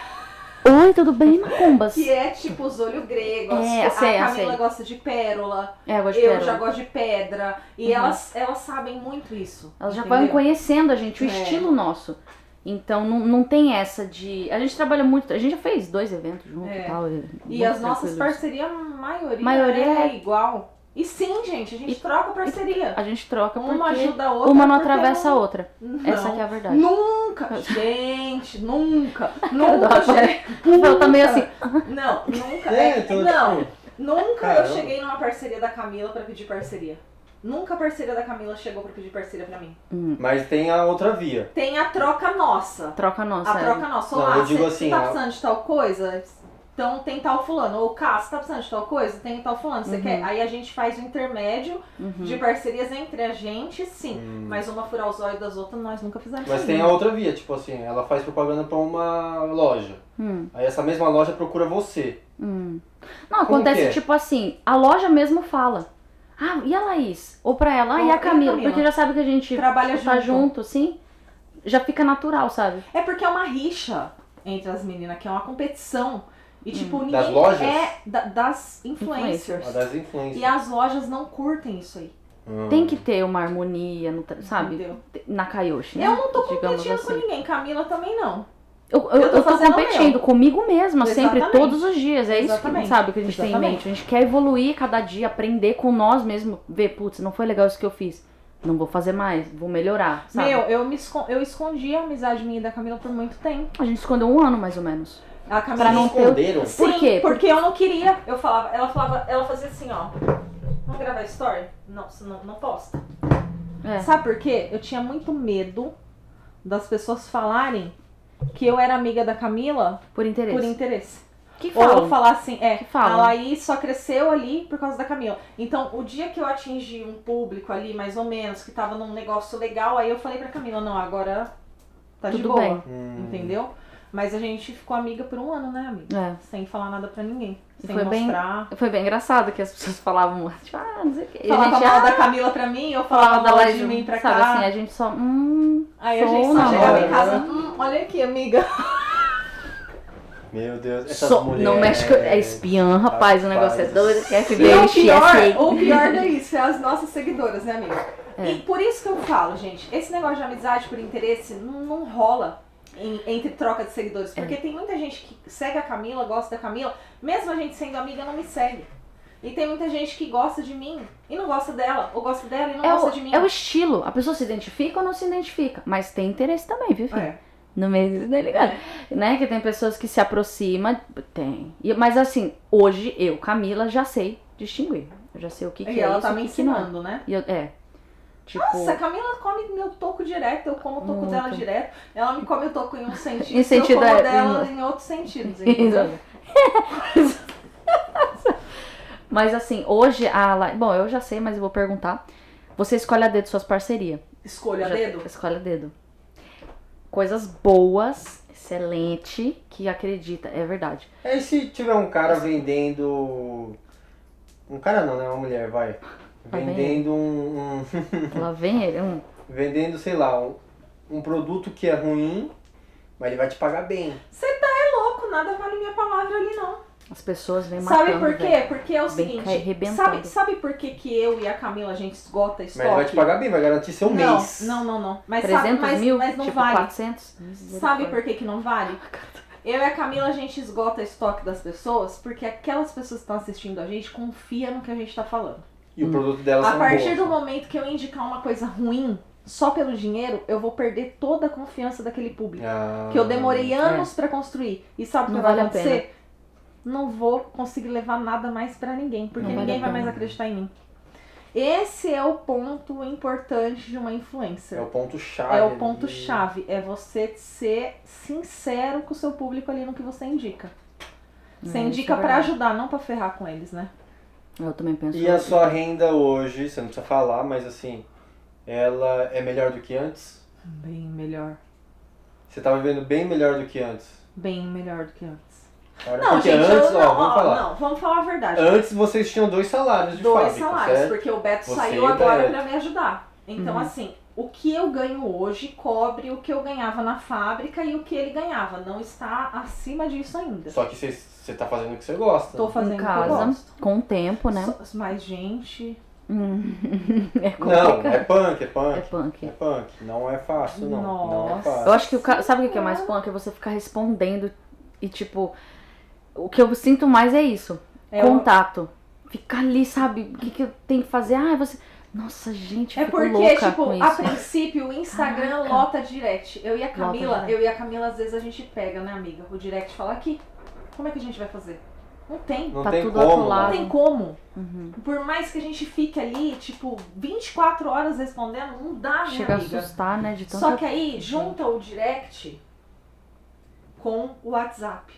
A: Oi, tudo bem, Macumbas?
B: que é tipo os olho grego.
A: É,
B: as-
A: sei,
B: a Camila
A: sei.
B: gosta de pérola.
A: É, eu gosto de
B: eu
A: pérola.
B: já gosto de pedra. E
A: Uhum.
B: elas, elas sabem muito isso.
A: Elas já
B: entendeu?
A: vão conhecendo a gente, o
B: É.
A: estilo nosso. Então não, não tem essa de. A gente trabalha muito. A gente já fez dois eventos juntos
B: É.
A: e tal.
B: E
A: muito
B: as nossas
A: tranquilos.
B: parcerias, a maioria,
A: Maioria
B: é,
A: é-
B: igual. E sim, gente, a gente
A: E-
B: troca parceria.
A: A gente troca
B: Uma
A: porque
B: ajuda a outra.
A: uma não
B: porque
A: atravessa a outra.
B: Não.
A: Essa que é a verdade.
B: Nunca, gente, nunca,
A: do
B: nunca,
A: Rafael.
B: gente,
A: Eu tô meio assim.
B: não, nunca,
C: É,
B: é,
C: então,
B: não,
C: tipo,
B: nunca eu
C: Caramba.
B: cheguei numa parceria da Camila pra pedir parceria, nunca a parceria da Camila chegou pra pedir parceria pra mim,
A: hum,
C: Mas tem a outra via.
B: tem a troca nossa,
A: troca nossa.
B: a
A: é.
B: troca nossa,
C: Não,
B: olá,
C: eu digo
B: você
C: assim,
B: tá
C: ó.
B: precisando de tal coisa, então tem tal fulano, ou Cássio, você tá precisando de tal coisa, tem tal fulano, você
A: Uhum.
B: quer, aí a gente faz o intermédio
A: Uhum.
B: de parcerias entre a gente, sim,
C: Hum.
B: mas uma furar os olhos das outras, nós nunca fizemos
C: Mas
B: isso.
C: tem a outra via, tipo assim, ela faz propaganda pra uma loja.
A: Hum,
C: Aí essa mesma loja procura você.
A: hum. Não,
C: Como
A: acontece
C: que é?
A: tipo assim, a loja mesmo fala. Ah, e a Laís? Ou pra ela, ah, e
B: Ou-
A: a Camila?
B: e a Camila?
A: Porque já sabe que a gente
B: Trabalha
A: tá
B: junto.
A: junto, assim. Já fica natural, sabe?
B: É porque é uma rixa entre as meninas, que é uma competição. E tipo, ninguém.
C: Hum. Das lojas?
B: É, da- das influencers.
C: A das
B: E
C: influências.
B: as lojas não curtem isso aí.
C: Hum.
A: Tem que ter uma harmonia, no tra- sabe?
B: Entendeu?
A: Na Kayoshi, né?
B: Eu não tô
A: Digamos
B: competindo com
A: assim.
B: ninguém. Camila também não.
A: Eu, eu,
B: Eu
A: eu
B: tô
A: tô,
B: fazendo o
A: competindo
B: meu.
A: comigo mesma,
B: Exatamente.
A: sempre, todos os dias. É isso
B: Exatamente.
A: que, sabe, que a gente tem em
B: Exatamente.
A: mente. A gente quer evoluir cada dia, aprender com nós mesmo. Ver, putz, não foi legal isso que eu fiz. Não vou fazer mais, vou melhorar, sabe?
B: Meu, eu, me escon- eu escondi a amizade minha e da Camila por muito tempo.
A: A gente escondeu um ano, mais ou menos.
B: A Camila
A: Pra não ter o-
C: esconderam.
B: Sim,
A: Por quê?
B: Porque eu não queria. Eu falava, ela falava, ela fazia assim, ó. pra gravar story? Não, não, não posta.
A: É.
B: Sabe por quê? Eu tinha muito medo das pessoas falarem que eu era amiga da Camila
A: Por interesse.
B: por interesse.
A: Que
B: Ou
A: fala?
B: falar assim, é,
A: Que falam.
B: a Laís só cresceu ali por causa da Camila. Então, o dia que eu atingi um público ali, mais ou menos, que tava num negócio legal, aí eu falei pra Camila, não, agora tá de
A: Tudo
B: boa.
A: bem.
C: Hum.
B: Entendeu? Mas a gente ficou amiga por um ano, né, amiga?
A: É.
B: Sem falar nada pra ninguém.
A: E
B: Sem
A: foi bem-
B: mostrar.
A: É. Foi bem engraçado que as pessoas falavam, tipo, ah, não sei o que. E a
B: Falava
A: gente
B: mal
A: ah,
B: da Camila pra mim, eu falava mal
A: lá
B: de mim pra
A: sabe
B: cá.
A: assim, a gente só, hum,
B: aí a
A: sou
B: gente só
A: na
B: chegava
C: hora,
B: em casa,
C: né?
B: "Hum, olha aqui, amiga.
C: Meu Deus, essas
A: sou.
C: mulheres...
A: Não mexe com... É espiã, rapaz, o negócio é
C: Rapaz.
A: doido, que
B: E
A: FBI,
B: o
A: XSA.
B: pior, o pior não é isso, é as nossas seguidoras, né, amiga?
A: É.
B: E por isso que eu falo, gente, esse negócio de amizade por interesse não, não rola em- entre troca de seguidores.
A: É.
B: Porque tem muita gente que segue a Camila, gosta da Camila, mesmo a gente sendo amiga, não me segue. E tem muita gente que gosta de mim e não gosta dela, ou gosta dela e não
A: É
B: gosta de mim.
A: o, é o estilo. A pessoa se identifica ou não se identifica. Mas tem interesse também, viu, filho?
B: É.
A: No meio disso, né, ligado? Né? Que tem pessoas que se aproximam. Tem. E- mas assim, hoje eu, Camila, já sei distinguir. Eu já sei o que, que
B: e
A: é
B: ela
A: isso,
B: tá
A: o
B: me
A: que que não é.
B: ensinando, né?
A: E eu- é. Tipo,
B: Nossa, a Camila come meu toco direto, eu como o toco
A: Muito.
B: dela direto. Ela me come o toco em um sentido,
A: Em sentido,
B: eu como
A: é,
B: dela
A: em-
B: em outros sentidos.
A: Exato. mas assim, hoje a Lai. Bom, eu já sei, mas eu vou perguntar. Você escolhe a dedo suas parcerias.
B: Escolha
A: Já-
B: dedo.
A: Escolhe a dedo. Coisas boas, excelente, que acredita, é verdade.
C: E se tiver um cara vendendo... Um cara não, né? Uma mulher, vai.
A: bem.
C: Vendendo um... um-
A: Ela vem, ele é um.
C: vendendo, sei lá, um, um produto que é ruim, mas ele vai te pagar bem.
B: É louco, nada vale minha palavra ali, não.
A: As pessoas vêm matando.
B: Sabe por quê?
A: velho.
B: Porque é o
A: Bem
B: seguinte,
A: arrebentando.
B: sabe, sabe por que, que eu e a Camila a gente esgota
C: Mas ele vai
B: estoque?
C: te pagar bem, vai garantir seu
B: não,
C: mês.
B: não, não, não. Mas
A: 300
B: sabe, mas,
A: mil?
B: mas não
A: tipo,
B: vale.
A: 400?
B: Sabe por que, que não vale? Eu e a Camila a gente esgota estoque das pessoas porque aquelas pessoas que estão assistindo a gente confiam no que a gente tá falando.
C: E o produto dela
B: A
C: são né?
B: partir do
C: bons.
B: momento que eu indicar uma coisa ruim só pelo dinheiro, eu vou perder toda a confiança daquele público.
C: Ah, é.
B: que eu demorei anos pra construir. E sabe o que
A: Não
B: vai
A: vale a
B: acontecer? Não vou conseguir levar nada mais pra ninguém, porque
A: Não vale
B: ninguém
A: a
B: vai mais
A: pena.
B: acreditar em mim. Esse é o ponto importante de uma influencer.
C: É o ponto chave.
B: É o
C: ali.
B: ponto chave, é você ser sincero com o seu público ali no que você indica. Você
A: É, isso
B: indica
A: é
B: pra
A: verdade.
B: ajudar, não pra ferrar com eles, né?
A: Eu também penso.
C: E a sua renda hoje, você não precisa falar, mas assim, ela é melhor do que antes?
B: Bem melhor,
C: Você tá vivendo bem melhor do que antes?
B: bem melhor do que antes.
C: Cara,
B: Não,
C: Porque
B: gente,
C: antes,
B: eu,
C: ó,
B: não,
C: vamos
B: ó,
C: falar.
B: não, vamos falar a verdade.
C: Antes vocês tinham dois salários de
B: dois
C: fábrica,
B: salários,
C: certo?
B: porque o Beto
C: Você é. e
B: saiu
C: o
B: agora
C: Beto.
B: pra me ajudar. Então,
A: Uhum.
B: assim, o que eu ganho hoje cobre o que eu ganhava na fábrica e o que ele ganhava. Não está acima disso ainda.
C: Só que você- você tá fazendo o que você gosta.
B: Tô fazendo
A: em
B: o que eu
A: casa,
B: gosto.
A: com o tempo, né?
B: Só- Mas, gente,
A: Hum. é
C: Não,
A: complicado.
C: é punk, é
A: é
C: punk.
A: punk.
C: É punk. Não é fácil, não. Não é
B: Nossa.
C: fácil.
A: Eu acho que o cara. Sabe o que é mais punk? É você ficar respondendo e, tipo. O que eu sinto mais é isso:
B: é, o-
A: contato. Ficar ali, sabe? O que, que eu tenho que fazer? Ah, você. Nossa, gente, eu
B: é
A: fico
B: porque,
A: louca
B: tipo,
A: com
B: a
A: isso.
B: princípio o Instagram
A: Caraca.
B: lota direct. Eu e a Camila,
A: direct.
B: eu e a Camila, às vezes a gente pega, né, amiga? O direct fala aqui. Como é que a gente vai fazer? Não tem.
C: Não
A: tá
C: tem
A: tudo
C: como.
B: Não
A: atolado.
B: tem como.
A: Uhum.
B: Por mais que a gente fique ali, tipo, 24 horas respondendo, não dá, Ah, minha
A: Chega a
B: amiga.
A: assustar, né? De tanta...
B: Só que aí, junta o direct com o WhatsApp.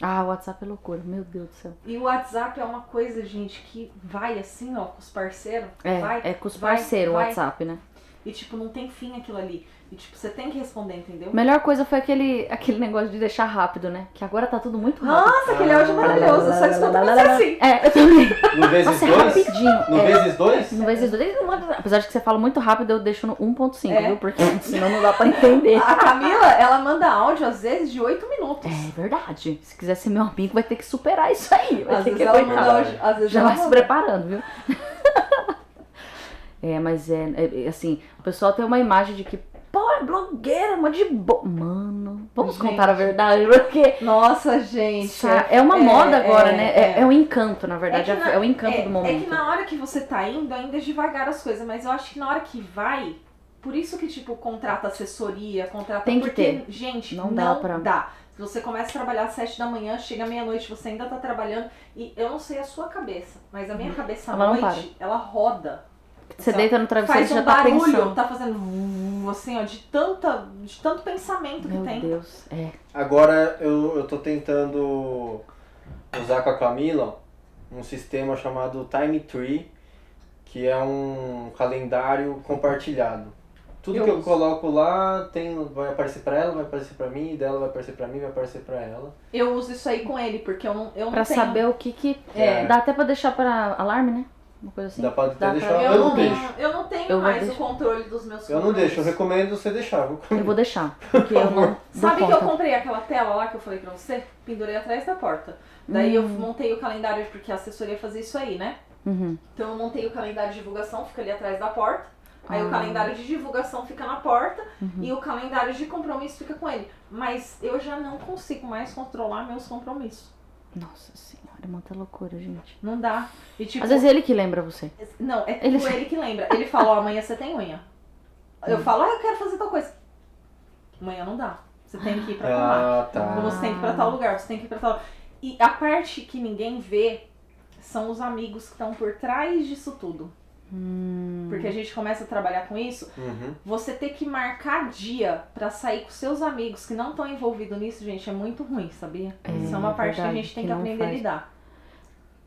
A: Ah, o WhatsApp é loucura. Meu Deus do céu.
B: E o WhatsApp é uma coisa, gente, que vai assim, ó, com os parceiros.
A: É,
B: vai.
A: é com os
B: vai,
A: parceiros o
B: vai.
A: WhatsApp, né?
B: E, tipo, não tem fim aquilo ali. E, tipo, você tem que responder, entendeu?
A: Melhor coisa foi aquele, aquele negócio de deixar rápido, né? Que agora tá tudo muito rápido.
B: Nossa, aquele áudio é maravilhoso. Eu só escuto você assim.
A: É, eu também.
C: No vezes
A: Nossa, é
C: dois?
A: rapidinho.
C: No
A: é.
C: vezes dois?
A: No vezes dois, eles não mandam- apesar de que você fala muito rápido, eu deixo no 1.5,
B: É.
A: viu? Porque senão não dá pra entender.
B: A Camila, ela manda áudio, às vezes, de 8 minutos.
A: É verdade. Se quiser ser meu amigo, vai ter que superar isso aí. É, Vai
B: Às
A: ter
B: vezes
A: que
B: ela
A: aguentar.
B: manda áudio, às vezes
A: Já
B: ela
A: vai se
B: manda.
A: preparando, viu? é, mas é, é, é, assim, o pessoal tem uma imagem de que, pô, é blogueira, mas de boa. Mano, vamos
B: Gente.
A: contar a verdade, porque
B: Nossa, gente.
A: sa- é uma moda
B: é,
A: agora,
B: é,
A: né? É,
B: é.
A: é um encanto, na verdade.
B: É
A: É,
B: que na-
A: o encanto do
B: é, É que
A: momento.
B: na hora que você tá indo, ainda é devagar as coisas, mas eu acho que na hora que vai, por isso que, tipo, contrata assessoria, contrata.
A: Tem que
B: porque, gente,
A: Não
B: não,
A: dá
B: dá,
A: pra-
B: Se você começa a trabalhar às sete da manhã, chega à meia-noite, você ainda tá trabalhando. E eu não sei a sua cabeça, mas a minha cabeça à
A: Uhum. Ela não
B: noite, ela roda.
A: Você
B: Assim, ó,
A: deita no travesseiro
B: faz
A: e
B: um
A: já tá
B: barulho,
A: pensando.
B: tá fazendo vu- assim, ó, de tanta, de tanto pensamento que
A: Meu
B: tem.
A: Deus, é.
C: Agora eu, eu tô tentando usar com a Camila um sistema chamado Time Tree, que é um calendário compartilhado. Tudo
B: Eu
C: que eu
B: uso.
C: coloco lá tem, vai aparecer pra ela, vai aparecer pra mim, dela vai aparecer pra mim, vai aparecer pra ela.
B: Eu uso isso aí com ele, porque eu não, eu não
A: Pra
B: tenho.
A: saber o que que...
C: É.
A: Dá até pra deixar pra alarme, né? Uma coisa assim.
C: Dá pra até
A: pra-
C: deixar.
B: Eu,
C: Eu, não
B: tenho-
C: deixo.
B: eu não tenho
A: Eu vou
B: mais o
A: deixar.
B: controle dos meus
C: Eu não deixo, eu
B: compromissos.
C: recomendo você deixar. viu?
A: Eu vou deixar, porque eu não dou
B: Sabe que
A: conta.
B: eu comprei aquela tela lá que eu falei pra você? Pendurei atrás da porta. Daí
A: Hum.
B: eu montei o calendário, porque a assessoria fazia isso aí, né?
A: Uhum.
B: Então eu montei o calendário de divulgação, fica ali atrás da porta. Aí o
A: Ah. Uhum.
B: calendário de divulgação fica na porta e o calendário de compromisso fica com ele. Mas eu já não consigo mais controlar meus compromissos.
A: Nossa senhora, é muita loucura, gente.
B: Não dá. E tipo,
A: Às vezes é ele que lembra você.
B: não, é
A: ele-
B: tipo ele que lembra. Ele fala, ó, amanhã você tem unha. Eu
A: Hum.
B: falo, ah, eu quero fazer tal coisa. Amanhã não dá. Você tem que ir pra tomar.
C: Ah, tá.
B: Ou você tem que ir pra tal lugar, você tem que ir pra tal. E a parte que ninguém vê são os amigos que estão por trás disso tudo.
A: Hum.
B: Porque a gente começa a trabalhar com isso.
C: Uhum.
B: Você ter que marcar dia pra sair com seus amigos que não estão envolvidos nisso, gente, é muito ruim, sabia?
A: É,
B: isso é uma parte que a
A: verdade,
B: gente tem
A: que
B: que
A: não
B: aprender a
A: faz.
B: lidar.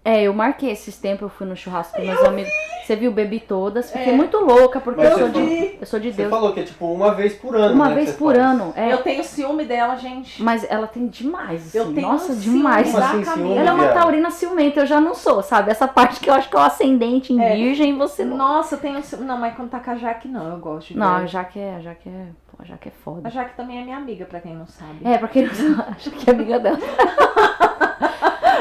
A: É, eu marquei esses tempos, eu fui no churrasco com meus amigos. Você viu, bebi todas. Fiquei muito louca, porque
C: Mas
A: eu sou,
C: você
A: de,
C: falou-
A: eu sou de
C: Você
A: Deus.
C: falou que é tipo uma vez por ano.
A: Uma
C: né, que
A: vez
C: você
A: por
C: faz.
A: ano. É,
B: Eu tenho ciúme dela, gente.
A: mas ela tem demais, assim.
B: Eu tenho
A: Nossa,
B: ciúme
A: demais.
C: Como
B: da
C: assim,
B: Camila.
C: ciúme?
A: Ela é uma
C: Viado.
A: taurina ciumenta, eu já não sou, sabe? Essa parte que eu acho que é o ascendente em
B: É.
A: virgem, você não.
B: Nossa, eu tenho ciúme. Não, mas quando tá com a Jaque, não, eu gosto de
A: Não,
B: ver.
A: já que é, já que é, pô, já que é
B: A
A: foda.
B: Jaque também é minha amiga, pra quem não sabe.
A: É, pra quem não sabe, acha que é amiga dela.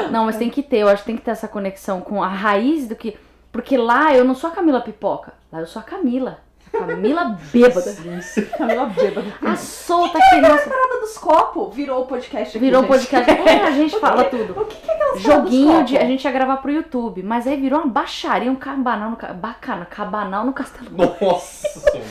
A: não, mas tem que ter, eu acho que tem que ter essa conexão com a raiz do que. Porque lá eu não sou a Camila Pipoca, lá eu sou a Camila. A Camila bêbada.
B: Camila bêbada.
A: A solta que, nossa,
B: Nada dos copos virou o podcast aqui,
A: virou
B: é gente.
A: podcast. É, a gente fala tudo.
B: O que, que é aquelas
A: Joguinho
B: paradas
A: de.
B: dos
A: A
B: copos?
A: gente ia gravar pro YouTube, mas aí virou uma baixaria, um cabanal no. ca- Bacana, cabanal no castelo.
C: Nossa senhora.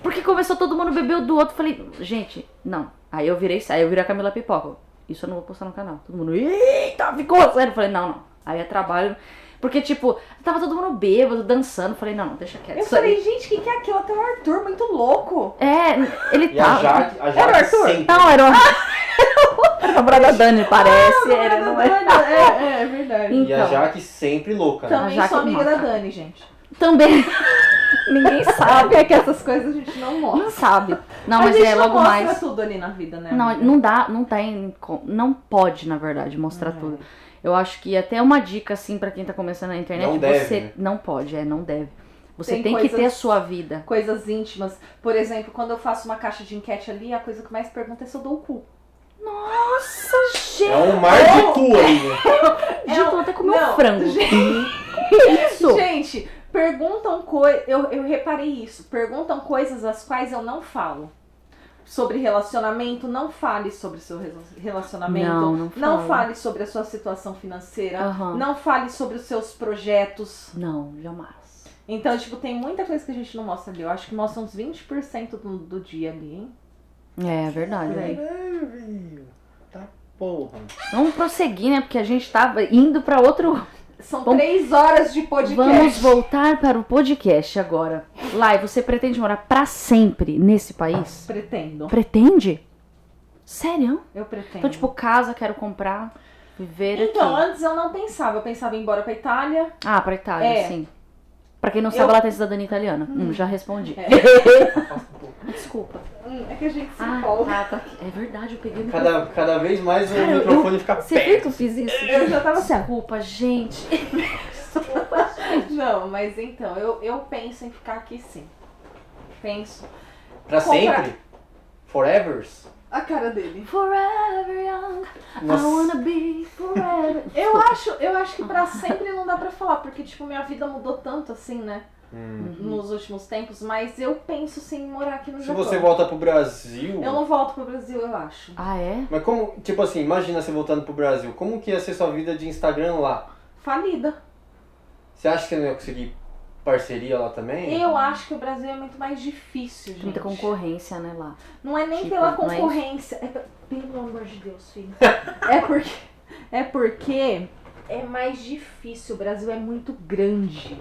A: Porque começou todo mundo beber o do outro. Falei, gente, não. Aí eu virei, aí eu virei a Camila Pipoca. Isso eu não vou postar no canal. Todo mundo, eita, ficou sério. Falei, não, não. Aí é trabalho. Porque, tipo, tava todo mundo bêbado, dançando. Falei, não, não, deixa quieto.
B: Eu
A: Isso aí-
B: falei, gente, o que, que é aquilo? Até o Arthur, muito louco.
A: É, ele
C: E a
A: tava.
C: Jaque, a
A: Era o
C: Jaque
A: Arthur? Ah,
C: sempre.
A: Não, era o. Era o namorado da Dani, parece. era, não é?
B: é, é, é verdade.
C: E a
A: Então.
C: Jaque sempre louca, né?
B: Também
A: Jaque
B: Então, sou amiga da
A: mata.
B: Dani, gente.
A: Também. é? Ninguém sabe.
B: É que essas coisas a gente não mostra.
A: Não sabe. Não, mas
B: a gente
A: é
B: não
A: logo
B: mostra
A: mais.
B: tudo ali na vida, né?
A: Não,
B: amiga?
A: não dá, não tem, co- não pode, na verdade, mostrar
B: Não é.
A: tudo. Eu acho que até uma dica assim pra quem tá começando na internet,
C: Não deve,
A: você
C: né?
A: não pode, é, não deve. Você
B: Tem
A: tem,
B: coisas-
A: que ter a sua vida.
B: Coisas íntimas. Por exemplo, quando eu faço uma caixa de enquete ali, a coisa que mais pergunta é se eu dou o cu.
A: Nossa,
C: É
A: Então, gente,
C: um mar de cu aí, né?
A: eu vou até comer
B: Não,
A: um frango.
B: Gente,
A: Isso.
B: gente, perguntam coisas. Eu, eu reparei isso. Perguntam coisas as quais eu não falo. Sobre relacionamento, não fale sobre seu re- relacionamento.
A: Não, Ah. não né? falo.
B: fale sobre a sua situação financeira.
A: Aham.
B: Não fale sobre os seus projetos.
A: Não, jamais.
B: Então, tipo, tem muita coisa que a gente não mostra ali. Eu acho que mostra uns 20% do, do dia ali, hein?
A: É verdade.
B: Por aí.
C: Tá porra.
A: Vamos prosseguir, né? Porque a gente tava indo pra outro.
B: São
A: Vamos-
B: três horas de podcast.
A: Vamos voltar para o podcast agora. Lai, você pretende morar pra sempre nesse país?
B: Pretendo.
A: Pretende? Sério?
B: Eu pretendo.
A: Então, tipo, casa, quero comprar, viver
B: então,
A: aqui.
B: antes eu não pensava. Eu pensava em ir embora pra Itália.
A: Ah, pra Itália,
B: É.
A: sim. Pra quem não sabe,
B: Eu-
A: ela tem cidadania italiana. Hum, já respondi.
C: um
B: É,
A: Desculpa.
B: Hum, É que a gente se
A: Ah,
B: empolga.
A: tá, tá. É verdade, eu peguei o microfone.
C: Cada, cada vez mais o
A: Cara, eu-
C: microfone fica
A: Você viu que
C: perto.
A: eu fiz isso?
C: É.
B: Eu já tava assim, ó.
A: Desculpa, gente.
B: Não, mas então, eu, eu penso em ficar aqui sim. Penso.
C: Pra
B: Comprar.
C: sempre? Forevers?
B: A cara dele.
A: Forever young, I
C: Nossa.
A: wanna be forever.
B: Eu acho, eu acho que pra sempre não dá pra falar, porque, tipo, minha vida mudou tanto assim, né?
C: Hum.
B: Nos últimos tempos, mas eu penso sim em morar aqui no
C: Se
B: Japão.
C: você volta pro Brasil.
B: Eu não volto pro Brasil, eu acho.
A: Ah, é?
C: Mas como, tipo assim, imagina você voltando pro Brasil. Como que ia ser sua vida de Instagram lá?
B: Falida.
C: Você acha que você não ia conseguir parceria lá também?
B: Eu acho que o Brasil é muito mais difícil, gente.
A: Muita concorrência, né, lá.
B: Não é nem
A: Tipo,
B: pela
A: não é isso.
B: concorrência. É pe- pelo amor de Deus, filho. é porque. É porque é mais difícil. O Brasil é muito grande.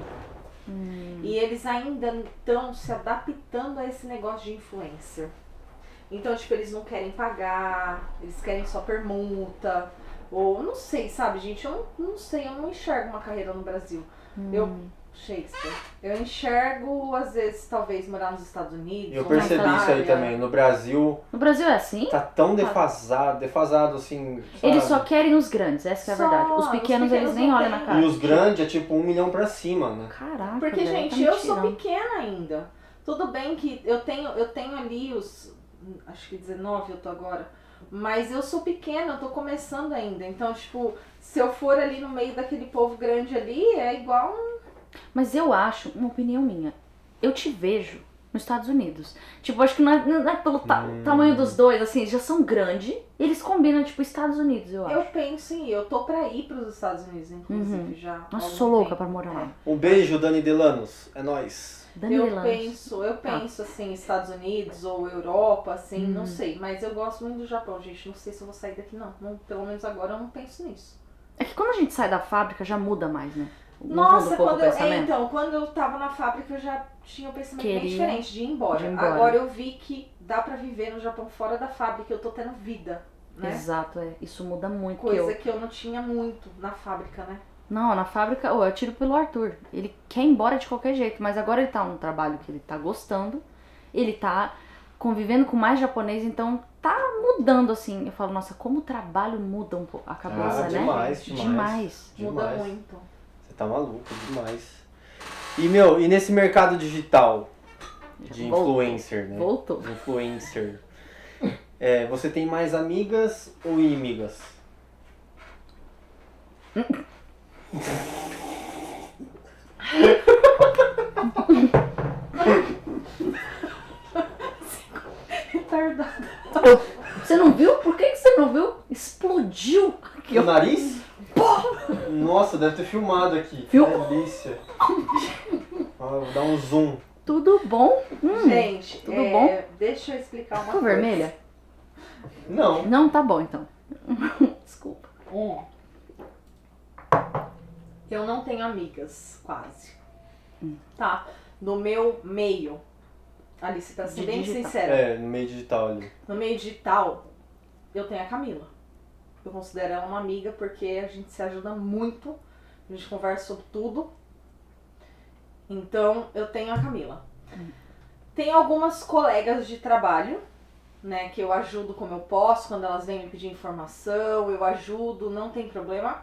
C: Hum.
B: E eles ainda estão se adaptando a esse negócio de influencer. Então, tipo, eles não querem pagar, eles querem só permuta. Ou eu não sei, sabe, gente? Eu não, não sei, eu não enxergo uma carreira no Brasil. Eu.
A: Hum.
B: Shakespeare. Eu enxergo, às vezes, talvez, morar nos Estados Unidos.
C: Eu
B: ou na
C: percebi isso aí
B: Itália.
C: também. No Brasil
A: No Brasil é assim?
C: tá tão defasado, defasado assim. sabe?
A: Eles só querem os grandes, essa é a
B: Só,
A: verdade. Os
B: os
A: pequenos, eles
B: pequenos
A: nem
B: não
A: olham
B: têm.
A: na
C: E
A: cara.
C: os grandes é tipo um milhão pra cima, né?
A: Caraca,
B: Porque,
A: velho,
B: gente,
A: tá
B: eu sou
A: mentirão.
B: pequena ainda. Tudo bem que eu tenho, eu tenho ali os. Acho que 19 eu tô agora. Mas eu sou pequena, eu tô começando ainda. Então, tipo, se eu for ali no meio daquele povo grande ali, é igual um.
A: Mas eu acho, uma opinião minha, eu te vejo nos Estados Unidos. Tipo, acho que não é, não é pelo ta-
C: Hum.
A: tamanho dos dois, assim, já são grandes. Eles combinam, tipo, Estados Unidos, eu acho.
B: Eu penso em ir. Eu tô pra ir pros Estados Unidos, inclusive,
A: Uhum.
B: já. há
A: Nossa,
B: algum
A: sou louca
B: tempo.
A: pra morar lá.
C: Um beijo, Dani Delanos. É nóis.
A: Dani
B: é, Eu
A: Lanos.
B: penso, eu penso assim, Estados Unidos ou Europa, assim,
A: Tá. Uhum.
B: não sei. Mas eu gosto muito do Japão, gente. Não sei se eu vou sair daqui, não. não pelo menos agora eu não penso nisso.
A: É que quando a gente sai da fábrica, já muda mais, né? Muda
B: Nossa,
A: um pouco
B: quando
A: o
B: eu, é,
A: pensamento.
B: então, quando eu tava na fábrica, eu já tinha um pensamento
A: Queria
B: bem diferente de ir, embora.
A: de ir embora.
B: Agora eu vi que dá pra viver no Japão fora da fábrica, eu tô tendo vida, né?
A: Exato, é. Isso muda muito. que eu-
B: Coisa que eu não tinha muito na fábrica, né?
A: Não, na fábrica, ô, eu tiro pelo Arthur. Ele quer ir embora de qualquer jeito, mas agora ele tá num trabalho que ele tá gostando. Ele tá convivendo com mais japonês, então tá mudando assim. Eu falo, nossa, como o trabalho muda um pouco a cabeça,
C: ah,
A: né?
C: demais,
A: Demais.
C: demais.
B: Muda
C: Demais.
B: muito.
C: Você tá maluco, demais. E meu, e nesse mercado digital de
A: Voltou.
C: influencer, né?
A: Voltou.
C: Influencer. É, você tem mais amigas ou inimigas?
B: Retardado.
A: Você não viu? Por que, que você não viu? Explodiu aqui,
C: O
A: ó.
C: nariz? Nossa, deve ter filmado aqui.
A: Viu?
C: Delícia. Ó, vou dar um zoom.
A: Tudo bom?
B: Gente,
A: Hum, tudo
B: é,
A: bom?
B: deixa eu explicar uma
A: Ficou
B: coisa.
A: vermelha?
C: Não.
A: Não, tá bom então. Desculpa.
B: Hum. Eu não tenho amigas, quase.
A: Hum.
B: Tá? No meu meio. Alice, pra ser
A: De
B: bem
A: digital.
B: sincera.
C: É, no meio digital ali.
B: No meio digital, eu tenho a Camila. Eu considero ela uma amiga porque a gente se ajuda muito, a gente conversa sobre tudo. Então, eu tenho a Camila. Tem algumas colegas de trabalho, né, que eu ajudo como eu posso, quando elas vêm me pedir informação, eu ajudo, não tem problema.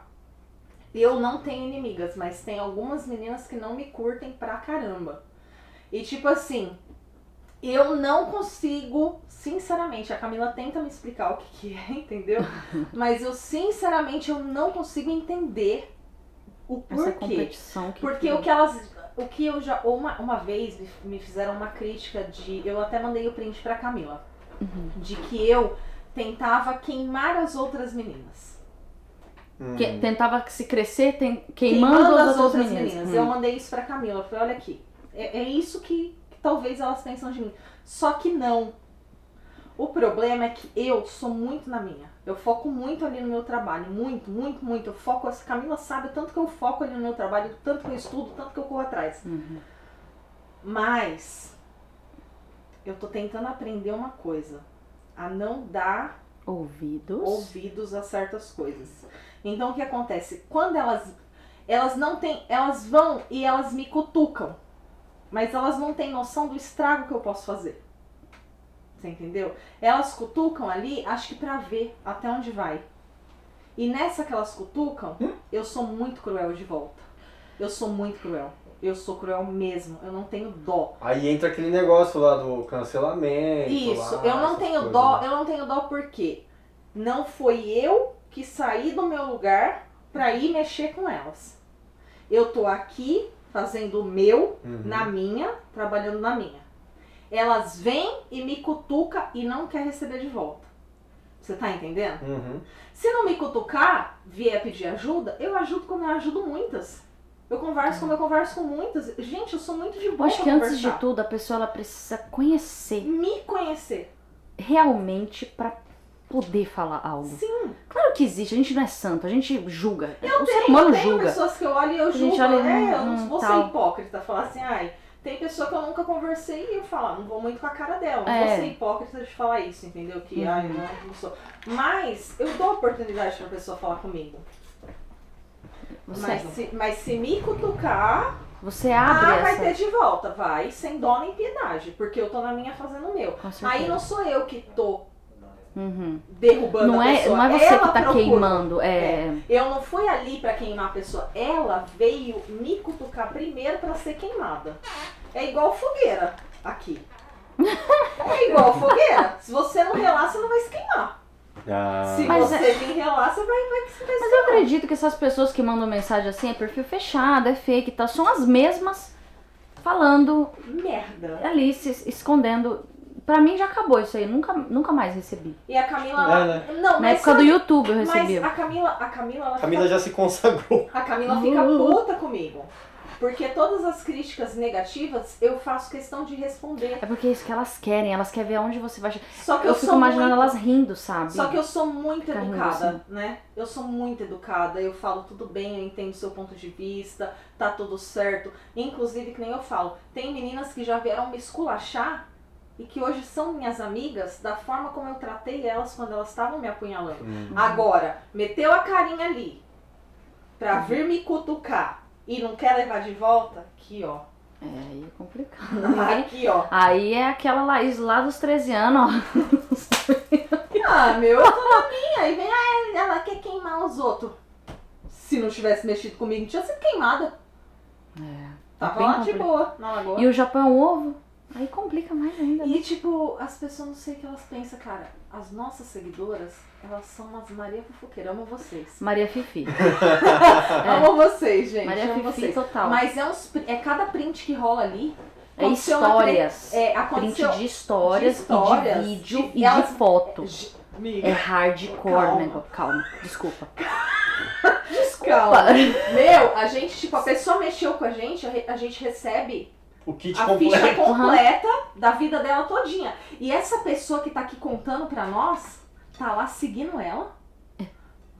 B: Eu não tenho inimigas, mas tem algumas meninas que não me curtem pra caramba. E tipo assim, eu não consigo, sinceramente, a Camila tenta me explicar o que, que é, entendeu? Mas eu, sinceramente, eu não consigo entender o
A: Essa
B: porquê.
A: competição que.
B: Porque o que elas. O que eu já. Uma, uma vez me, me fizeram uma crítica de. Eu até mandei o print pra Camila.
A: Uhum.
B: De que eu tentava queimar as outras meninas.
C: Hum.
A: que tentava se crescer tem- queimando as outras meninas. Hum.
B: Eu mandei isso pra Camila. Eu falei, olha aqui. É, é isso que, que talvez elas pensam de mim. Só que não. O problema é que eu sou muito na minha. Eu foco muito ali no meu trabalho. Muito, muito, muito. Eu foco. A Camila sabe o tanto que eu foco ali no meu trabalho, o tanto que eu estudo, o tanto que eu corro atrás.
A: Uhum.
B: Mas eu tô tentando aprender uma coisa, a não dar
A: Ouvidos.
B: ouvidos a certas coisas. Então o que acontece? Quando elas elas não têm, elas vão e elas me cutucam. Mas elas não têm noção do estrago que eu posso fazer. Você entendeu? Elas cutucam ali, acho que pra ver até onde vai. E nessa que elas cutucam, eu sou muito cruel de volta. Eu sou muito cruel. Eu sou cruel mesmo. Eu não tenho dó.
C: Aí entra aquele negócio lá do cancelamento.
B: Isso,
C: lá,
B: eu não
C: essas
B: tenho
C: coisas,
B: dó,
C: né?
B: eu não tenho dó porque não foi eu que saí do meu lugar pra ir mexer com elas. Eu tô aqui fazendo o meu,
C: Uhum.
B: na minha, trabalhando na minha. Elas vêm e me cutuca e não quer receber de volta. Você tá entendendo?
C: Uhum.
B: Se não me cutucar, vier pedir ajuda, eu ajudo como eu ajudo muitas. Eu converso como eu converso com muitas. Gente, eu sou muito de
A: Eu
B: boa
A: acho
B: pra
A: que antes de
B: conversar.
A: tudo, a pessoa ela precisa conhecer
B: Me conhecer.
A: realmente pra poder falar algo.
B: Sim.
A: Claro que existe, a gente não é santo, a gente julga. o ser
B: Tem-
A: humano
B: tem
A: julga.
B: pessoas que eu olho e eu
A: A gente
B: julgo.
A: olha,
B: é, eu
A: hum,
B: não vou
A: tal.
B: ser hipócrita. Falar assim, ai, tem pessoa que eu nunca conversei e eu falo, ah, não vou muito com a cara dela. Não
A: É. Uhum.
B: vou ser hipócrita de falar isso, entendeu? Que, ai, não, não sou. Mas eu dou oportunidade pra pessoa falar comigo.
A: Você, é-
B: Mas se, mas se me cutucar,
A: você
B: um. ah,
A: abre
B: vai
A: essa.
B: ter de volta. Vai, sem dó nem piedade. Porque eu tô na minha fazendo o meu.
A: Com certeza.
B: Aí não sou eu que tô
A: Uhum.
B: derrubando
A: Não
B: a
A: é,
B: pessoa.
A: não é você
B: Ela
A: que tá
B: procura.
A: queimando, é.
B: Eu não fui ali pra queimar a pessoa. Ela veio me cutucar primeiro pra ser queimada. É igual fogueira aqui. É igual fogueira. Se você não relar, você não vai se queimar.
C: Ah,
B: Se
A: Mas é-
B: você vir relar, você vai, vai se
A: Mas eu acredito que essas pessoas que mandam mensagem assim, é perfil fechado, é fake e tal, são as mesmas falando
B: Merda.
A: ali, se es- escondendo. Pra mim já acabou isso aí, nunca, nunca mais recebi.
B: E a Camila. ela-
C: É,
B: Não,
A: Na
B: mas
A: época do
B: sabe-
A: YouTube eu recebi.
B: Mas a Camila, a Camila, ela
C: a Camila já se consagrou.
B: A Camila fica
A: Uhum.
B: puta comigo. Porque todas as críticas negativas eu faço questão de responder.
A: É porque é isso que elas querem, elas querem ver aonde você vai chegar.
B: Só que eu,
A: Eu fico
B: sou
A: imaginando
B: muito,
A: elas rindo, sabe?
B: Só que eu sou muito
A: Ficar rindo,
B: educada, né? Eu sou muito educada, eu falo tudo bem, eu entendo seu ponto de vista, tá tudo certo. Inclusive, que nem eu falo, tem meninas que já vieram me esculachar e que hoje são minhas amigas da forma como eu tratei elas quando elas estavam me apunhalando. Agora, meteu a carinha ali pra vir me cutucar e não quer levar de volta, aqui ó.
A: É, aí é complicado.
B: Aqui ó.
A: Aí é aquela Laís lá dos 13 anos, ó.
B: Ah, meu, eu tô na minha. E vem, ah, ela quer queimar os outros. Se não tivesse mexido comigo, não tinha sido queimada. Tava
A: É, tá bem
B: lá de
A: complicado.
B: boa, na lagoa.
A: E o Japão é um ovo. Aí complica mais ainda. né?
B: E, tipo, as pessoas não sei o que elas pensam, cara. As nossas seguidoras, elas são umas Maria Fofoqueira. Amo vocês.
A: Maria Fifi.
B: Amo vocês, gente.
A: Maria
B: amo
A: Fifi
B: vocês.
A: total.
B: Mas é, uns, pri- é cada print que rola ali.
A: É
B: aconteceu uma tre-
A: histórias.
B: É,
A: Print
B: aconteceu.
A: de histórias,
B: de histórias,
A: e de vídeo
B: de-
A: e
B: elas-
A: de foto.
B: Gente,
A: É hardcore
B: Calma.
A: o negócio. Calma, desculpa.
B: Calma. Meu, a gente, tipo, a pessoa mexeu com a gente, a re- a gente recebe
C: O kit
B: a ficha
C: completo.
B: completa da vida dela todinha. E essa pessoa que tá aqui contando pra nós, tá lá seguindo ela
A: É.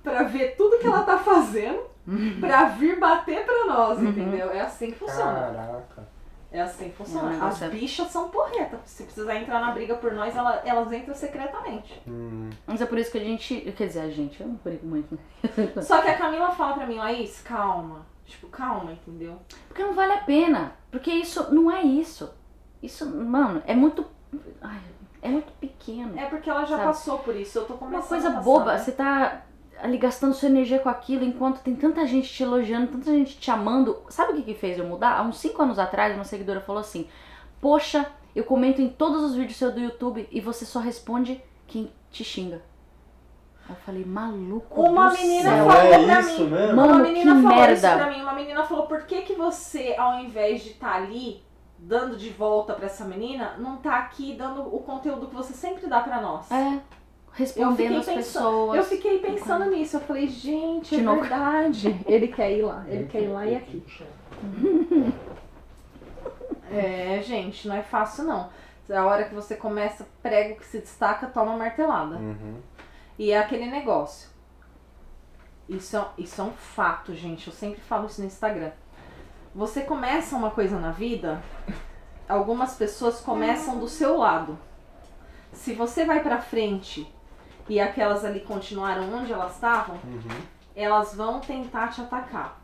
B: pra ver tudo que ela tá fazendo,
A: Uhum.
B: pra vir bater pra nós, entendeu? É assim que funciona.
C: Caraca.
B: É assim que
A: É um
B: funciona. As
A: negócio-
B: bichas são porretas. Se precisar entrar na briga por nós, ela- elas entram secretamente.
C: Hum,
A: Mas é por isso que a gente. Quer dizer, a gente, eu não brigo muito, né?
B: Só que a Camila fala pra mim, Laís, calma. Tipo, calma, entendeu?
A: Porque não vale a pena. Porque isso não é isso. Isso, mano, é muito. ai, é muito pequeno.
B: É porque ela já
A: Sabe?
B: passou por isso. Eu tô começando
A: uma coisa
B: a passar,
A: boba,
B: né?
A: você tá ali gastando sua energia com aquilo enquanto tem tanta gente te elogiando, tanta gente te amando. Sabe o que, que fez eu mudar? Há uns 5 anos atrás, uma seguidora falou assim: Poxa, eu comento em todos os vídeos seu do YouTube e você só responde quem te xinga. Aí eu falei, maluco.
B: Uma
A: do
B: menina
A: céu.
C: Não
B: falou
C: é
B: pra
C: isso
B: mim.
C: mesmo?
B: Uma
A: Mano,
B: menina
A: que
B: falou isso
A: merda.
B: pra mim. Uma menina falou, por que que você, ao invés de estar ali dando de volta pra essa menina, não tá aqui dando o conteúdo que você sempre dá pra nós?
A: É, respondendo as
B: pensando-
A: pessoas.
B: Eu fiquei pensando nisso. Eu falei, gente,
A: De
B: é
A: novo.
B: verdade. Ele quer ir lá.
C: Uhum.
B: Ele quer ir lá e aqui. É, gente, não é fácil não. A hora que você começa, prego que se destaca, toma martelada.
C: uhum.
B: E é aquele negócio. Isso é, isso é um fato, gente. Eu sempre falo isso no Instagram. Você começa uma coisa na vida, algumas pessoas começam do seu lado. Se você vai pra frente e aquelas ali continuaram onde elas estavam,
C: Uhum.
B: elas vão tentar te atacar.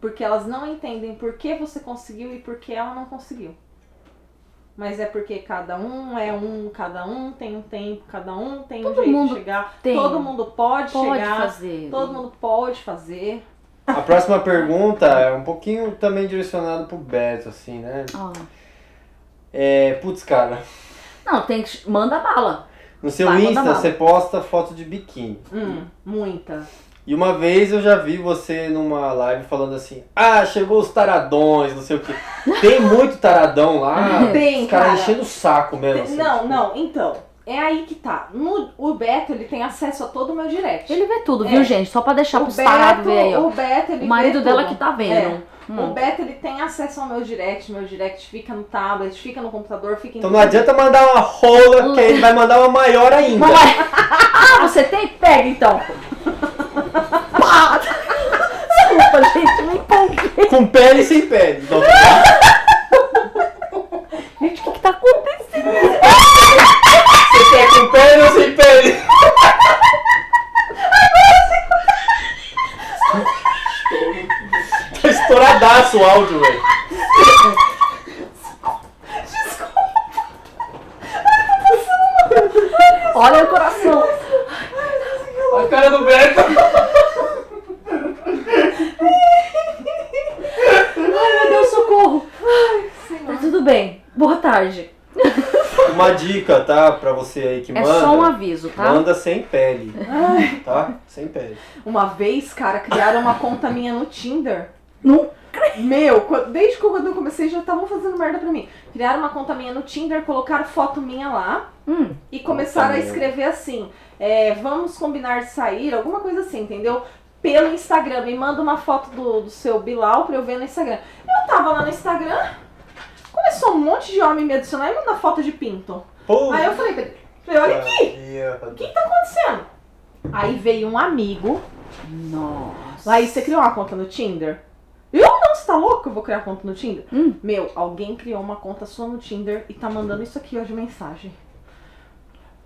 B: Porque elas não entendem por que você conseguiu e por que ela não conseguiu. Mas é porque cada um é um, cada um tem um tempo, cada um tem um
A: Todo
B: jeito
A: mundo
B: de chegar.
A: tem.
B: Todo mundo pode,
A: pode
B: chegar,
A: fazer.
B: todo mundo pode fazer.
C: A próxima pergunta é um pouquinho também direcionada pro Beto, assim, né?
A: Ah.
C: É, putz, cara,
A: Não, tem que. Manda bala.
C: no seu
A: Vai, manda
C: Insta
A: bala.
C: você posta foto de biquíni.
B: Hum, muita.
C: E uma vez eu já vi você numa live falando assim, ah, chegou os taradões, não sei o quê. Tem muito taradão lá,
B: Tem,
C: os caras
B: cara.
C: enchendo o saco mesmo. assim,
B: Não,
C: tipo,
B: não, então. é aí que tá. No, o Beto, ele tem acesso a todo o meu direct.
A: Ele vê tudo,
B: É.
A: viu, gente? Só pra deixar
B: o
A: pro sarado
B: Beto,
A: ver aí, ó.
B: o Beto, ele
A: O marido
B: vê
A: dela
B: tudo. É.
A: que tá vendo.
B: O
A: Hum.
B: Beto, ele tem acesso ao meu direct. Meu direct fica no tablet, fica no computador, fica em...
C: Então não adianta mandar uma rola, que ele vai mandar uma maior ainda.
A: Ah, você tem? Pega então. Pá! Desculpa, gente, me empolguei.
C: Com pele e sem pele. Então,
A: Gente, o que, que tá acontecendo?
C: Você quer com pele ou sem pele? tá estouradaço o áudio, velho.
A: Olha o coração.
C: A cara do Beto.
A: Ai, meu Deus, socorro. Tá
B: Senhor.
A: tudo bem. Boa tarde.
C: Uma dica, tá? Pra você aí que
A: É
C: manda.
A: só um aviso, tá?
C: Manda sem pele.
B: Ah,
C: Tá? Sem pele.
B: Uma vez, cara, criaram uma conta minha no Tinder.
A: Não
B: Meu, co- desde que eu- quando eu comecei já estavam fazendo merda pra mim. Criaram uma conta minha no Tinder, colocaram foto minha lá
A: Hum.
B: e começaram a
C: minha.
B: escrever assim: é, vamos combinar de sair, alguma coisa assim, entendeu? Pelo Instagram. Me manda uma foto do, do seu Bilal pra eu ver no Instagram. Eu tava lá no Instagram, começou um monte de homem me adicionar e mandar foto de pinto.
C: Pô,
A: Ah,
B: Aí eu falei, pra ele, falei, olha aqui, o
C: aqui.
B: que tá acontecendo? Aí veio um amigo
A: Nossa.
B: Laís, você criou uma conta no Tinder? Eu não, você tá louco? Eu vou criar conta no Tinder?
A: Hum.
B: Meu, alguém criou uma conta sua no Tinder e tá mandando isso aqui ó de mensagem.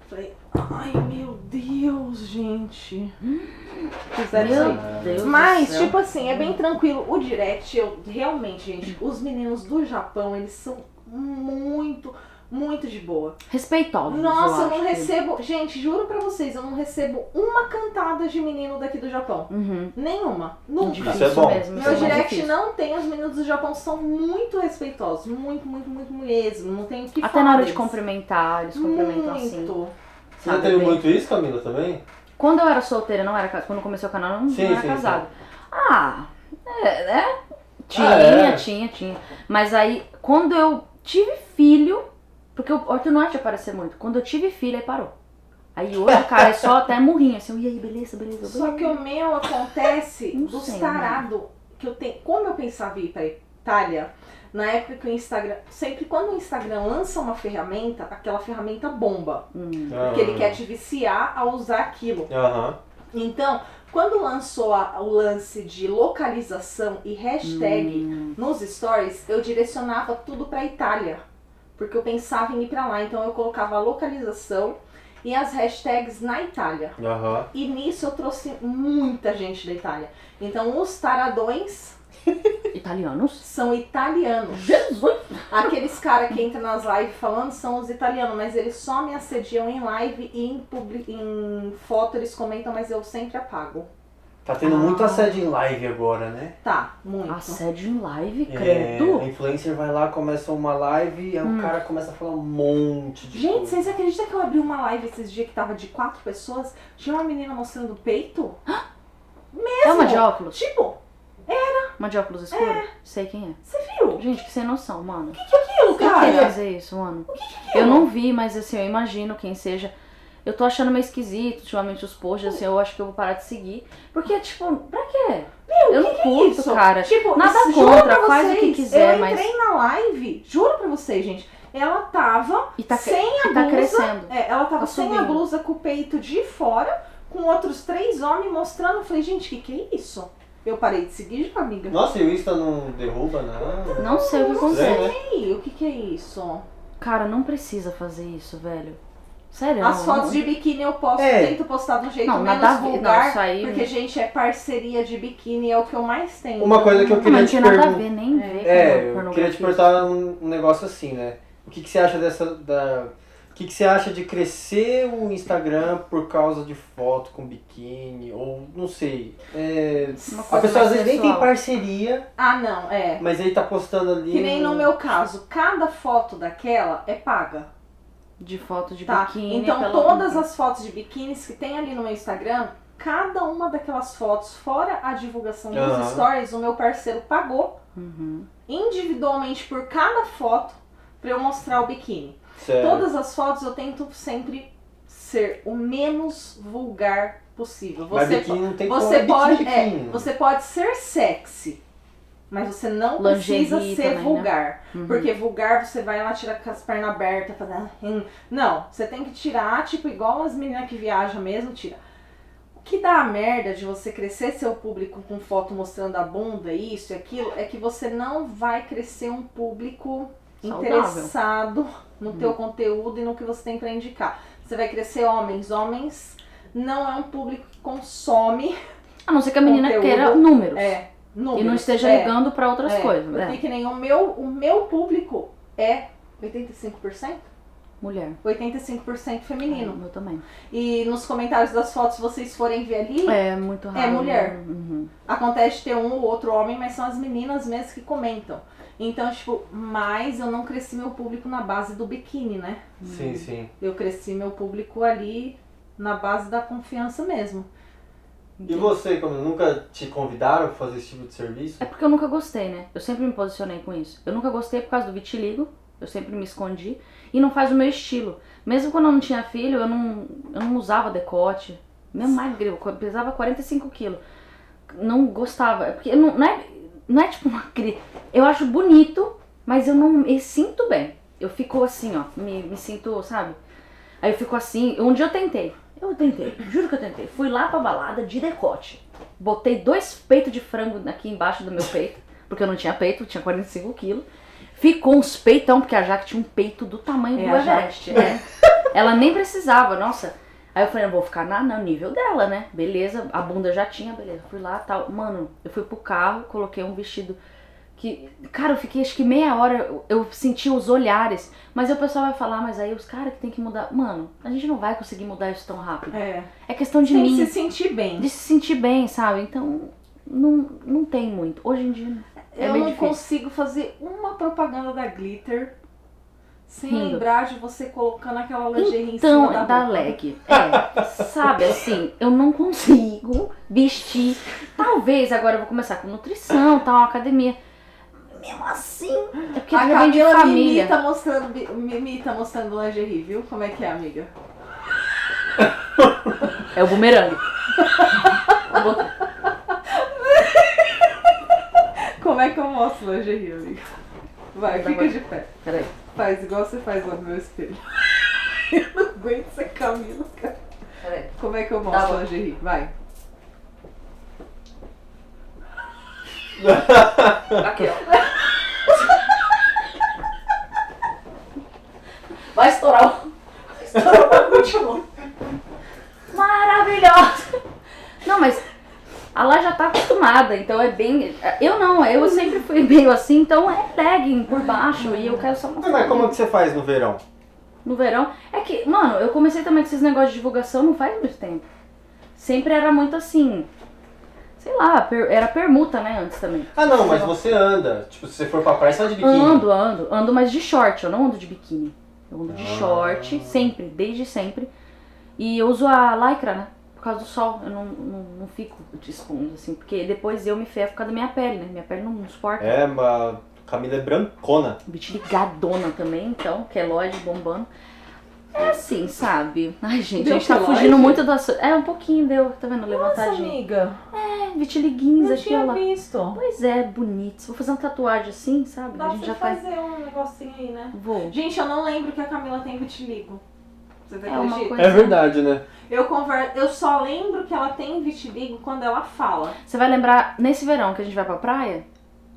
B: Falei, ai meu Deus, gente. Fizeram isso
A: Hum. Meu
B: aí.
A: Deus do
B: Mas,
A: céu.
B: tipo assim, é bem tranquilo. O direct, eu realmente, gente, os meninos do Japão, eles são muito, muito de boa.
A: Respeitosos,
B: Nossa, eu
A: acho
B: não
A: que-
B: recebo. Gente, juro pra vocês, eu não recebo uma cantada de menino daqui do Japão.
A: Uhum.
B: Nenhuma. Nunca.
C: Isso é bom.
A: mesmo. isso é
B: Meu
A: mais
B: direct
A: difícil.
B: não tem, os meninos do Japão são muito respeitosos, muito, muito, muito mesmo, não tem o que
A: Até
B: falar
A: na hora de
B: deles.
A: cumprimentar, eles cumprimentam assim.
B: Muito.
C: Você já teve muito isso, Camila, também?
A: Quando eu era solteira, não era ca- quando eu comecei o canal, eu não,
C: Sim,
A: não era
C: sim,
A: casada. Ah, é, né? Tinha,
C: é?
A: tinha, tinha. Mas aí, quando eu tive filho, porque o Horto não é de aparecer muito, quando eu tive filho, aí parou. Aí hoje o cara é só até murrinho, assim, e aí, beleza, beleza, beleza.
B: Só que o meu acontece
A: Não
B: dos
A: sei, né?
B: tarados que eu tenho. Como eu pensava em ir pra Itália, na época que o Instagram. Sempre quando o Instagram lança uma ferramenta, aquela ferramenta bomba.
A: Hum.
B: Porque
C: Ah.
B: ele quer te viciar a usar aquilo.
C: Aham.
B: Então, quando lançou a- o lance de localização e hashtag
A: Hum.
B: nos stories, eu direcionava tudo pra Itália, porque eu pensava em ir pra lá, então eu colocava a localização e as hashtags na Itália.
C: Aham.
B: E nisso eu trouxe muita gente da Itália. Então, os taradões
A: Italianos?
B: são italianos.
A: Jesus!
B: Aqueles caras que entram nas lives falando são os italianos, mas eles só me assediam em live e em, publi- em foto eles comentam, mas eu sempre apago.
C: Tá
A: Ah.
C: tendo muita sede em live agora, né?
B: Tá, muito.
A: Assédio em live,
C: É,
A: credo. Hum.
C: o influencer vai lá, começa uma live, e aí o cara começa a falar um monte de
B: Gente,
C: coisa.
B: vocês acreditam que eu abri uma live esses dias que tava de quatro pessoas? Tinha uma menina mostrando o peito?
A: É uma de óculos?
B: Tipo,
A: Uma de óculos escuro? Sei quem é.
B: você viu?
A: Gente, que sem noção, mano.
B: Aquilo,
A: Por que é?
B: cara.
A: fazer isso, mano? Eu não vi, mas assim, eu imagino quem seja. Eu tô achando meio esquisito ultimamente os posts, assim, eu acho que eu vou parar de seguir. Porque, tipo, pra quê? eu não curto,
B: é isso?
A: cara.
B: Tipo,
A: Nada
B: isso- juro
A: contra,
B: pra
A: faz o que
B: vocês,
A: quiser,
B: Eu entrei na live, juro pra vocês, gente. Ela tava
A: E tá, cre-
B: sem a
A: tá
B: blusa.
A: crescendo.
B: É, ela tava
A: Tá
B: sem a
A: subindo.
B: blusa com o peito de fora, com outros três homens mostrando. Eu falei, gente, que que é isso? Eu parei de seguir, amiga.
C: Nossa, e o Insta não derruba nada?
A: Não sei o que aconteceu.
C: Estranho, né?
B: Ei, o que que é isso?
A: Cara, não precisa fazer isso, velho. Sério,
B: As
A: não,
B: fotos
A: não.
B: de biquíni eu posto,
C: É.
B: tento postar do jeito
A: Não,
B: menos
A: nada a ver. Não,
B: vulgar.
A: isso aí.
B: Porque, gente, é parceria de biquíni, é o que eu mais tenho.
C: Uma coisa que eu
A: Ah, mas
C: queria
A: não
C: te
A: tinha nada a
C: perguntar.
A: ver, nem ver com
C: É, eu
A: pornografia.
C: queria te perguntar um um negócio assim, né? O que, que você acha dessa. Da... O que, que você acha de crescer o Instagram por causa de foto com biquíni? Ou não sei. É,
A: Uma
C: A
A: coisa
C: pessoa
A: mais
C: às vezes nem tem
A: sensual.
C: parceria,
B: Ah, não, é.
C: mas aí tá postando ali.
B: Que nem no
C: um-
B: meu caso, cada foto daquela é paga,
A: De foto de
B: tá?
A: biquíni.
B: então,
A: pela-
B: todas as fotos de biquínis que tem ali no meu Instagram, cada uma daquelas fotos, fora a divulgação dos
C: Aham.
B: stories, o meu parceiro pagou
A: Uhum.
B: individualmente por cada foto pra eu mostrar o biquíni.
C: Sério.
B: Todas as fotos eu tento sempre ser o menos vulgar possível.
C: Mas
B: Você,
C: biquíni não tem
B: você
C: como. é
B: pode,
C: biquíni,
B: é,
C: biquíni.
B: você pode ser sexy, mas você não
A: Lingerie
B: precisa ser
A: também, né?
B: vulgar.
A: Uhum.
B: Porque vulgar você vai lá tirar com as pernas abertas, fazer. ah, hum. Não, você tem que tirar, tipo, igual as meninas que viajam mesmo, tira. O que dá a merda de você crescer seu público com foto mostrando a bunda, isso e aquilo, é que você não vai crescer um público
A: Saudável. Uhum.
B: interessado no teu conteúdo e no que você tem pra indicar. Você vai crescer homens. Homens não é um público que consome
A: A não ser que a menina
B: Conteúdo.
A: queira números.
B: é, números.
A: E não esteja
B: é,
A: ligando pra outras
B: é,
A: coisas.
B: Eu
A: né?
B: vi que nem o meu, o meu público é 85%?
A: Mulher.
B: 85%
A: É, o
B: feminino.
A: meu também.
B: E nos comentários das fotos, se vocês forem ver ali,
A: É muito raro.
B: mulher.
A: né? Uhum.
B: acontece de ter um ou outro homem, mas são as meninas mesmo que comentam. Então, tipo, mas eu não cresci meu público na base do biquíni, né?
C: Sim, sim.
B: Eu cresci meu público ali na base da confiança mesmo.
C: E você, como nunca te convidaram pra fazer esse tipo de serviço?
A: É porque eu nunca gostei, né? Eu sempre me posicionei com isso. Eu nunca gostei por causa do vitiligo. Eu sempre me escondi. E não faz o meu estilo. Mesmo quando eu não tinha filho, eu não, eu não usava decote. Mesmo magre, eu pesava 45 quilos. Não gostava. É Porque eu não, não, é, não é tipo uma cri... Eu acho bonito, mas eu não me sinto bem. Eu fico assim, ó. Me, me sinto, sabe? Aí eu fico assim. Um dia eu tentei. Eu tentei, juro que eu tentei. Fui lá pra balada de decote. Botei dois peitos de frango aqui embaixo do meu peito, porque eu não tinha peito, eu tinha 45 quilos. Ficou uns peitão, porque a Jaque tinha um peito do tamanho
B: É,
A: do
B: a
A: Everest.
B: Jaque.
A: né? Ela nem precisava, nossa. Aí eu falei, eu vou ficar na, no nível dela, né? Beleza, a bunda já tinha, beleza. Fui lá tal. Mano, eu fui pro carro, coloquei um vestido que. Cara, eu fiquei acho que meia hora, eu, eu senti os olhares. Mas aí o pessoal vai falar, mas aí os caras que tem que mudar. Mano, a gente não vai conseguir mudar isso tão rápido.
B: É.
A: É questão de
B: Tem
A: mim,
B: que se sentir bem.
A: de se sentir bem, sabe? Então, não, não tem muito. Hoje em dia, É
B: eu
A: bem
B: não
A: difícil.
B: consigo fazer uma propaganda da Glitter sem
A: Rindo.
B: lembrar de você colocando aquela lingerie em
A: então,
B: cima da,
A: dá
B: roupa.
A: lag. É, sabe, assim, eu não consigo vestir. Talvez agora eu vou começar com nutrição, tal, academia. Mesmo assim, é porque
B: a
A: já vem de
B: Camila
A: família.
B: mimita mostrando, bi- mimita mostrando lingerie, viu? Como é que é, amiga?
A: É o bumerangue.
B: Como é que eu mostro lingerie, amiga? Vai,
A: Tá
B: fica
A: bom.
B: de pé.
A: Peraí.
B: Faz igual você faz lá no meu espelho. Eu não aguento essa Camila, cara.
A: Peraí.
B: Como é que eu
A: Tá
B: mostro
A: bom.
B: lingerie? Vai.
A: Aqui, ó. Vai estourar o. Vai estourar o bagulho de novo. Maravilhosa! Não, mas a lá já tá acostumada, então é bem. Eu não, eu sempre fui meio assim, então é legging por baixo e eu quero só mostrar.
C: Mas como é que você faz no verão?
A: No verão. É que, mano, eu comecei também com esses negócios de divulgação não faz muito tempo. Sempre era muito assim. Sei lá, per- era permuta, né, antes também.
C: Ah não, mas você anda. Tipo, se você for pra praia, você anda de biquíni.
A: Ando, ando, ando, mas de short, eu não ando de biquíni. Eu ando de
C: Ah.
A: short, sempre, desde sempre. E eu uso a lycra, né? Por causa do sol, eu não, não, não fico de escondo, assim, porque depois eu me ferro por causa da minha pele, né? Minha pele não suporta.
C: É, mas Camila é brancona.
A: Bitligadona também, então, que é Lloyd bombando. É assim, sabe? Ai, gente,
B: Deu
A: a gente tá
B: queloide?
A: fugindo muito da. so- É, um pouquinho deu, tá vendo? Levantadinha.
B: amiga,
A: É, vitiliguinhos aqui, ó lá.
B: visto.
A: Pois é, bonitos. Vou fazer uma tatuagem assim, sabe? a
B: Dá
A: gente já
B: pra
A: faz.
B: fazer um negocinho aí, né?
A: Vou.
B: Gente, eu não lembro que a Camila tem vitiligo. Você tá
A: É uma
B: acredita?
A: coisa- É
C: verdade, né?
B: Eu, conver... eu só lembro que ela tem vitiligo quando ela fala.
A: Você vai lembrar, nesse verão que a gente vai pra praia,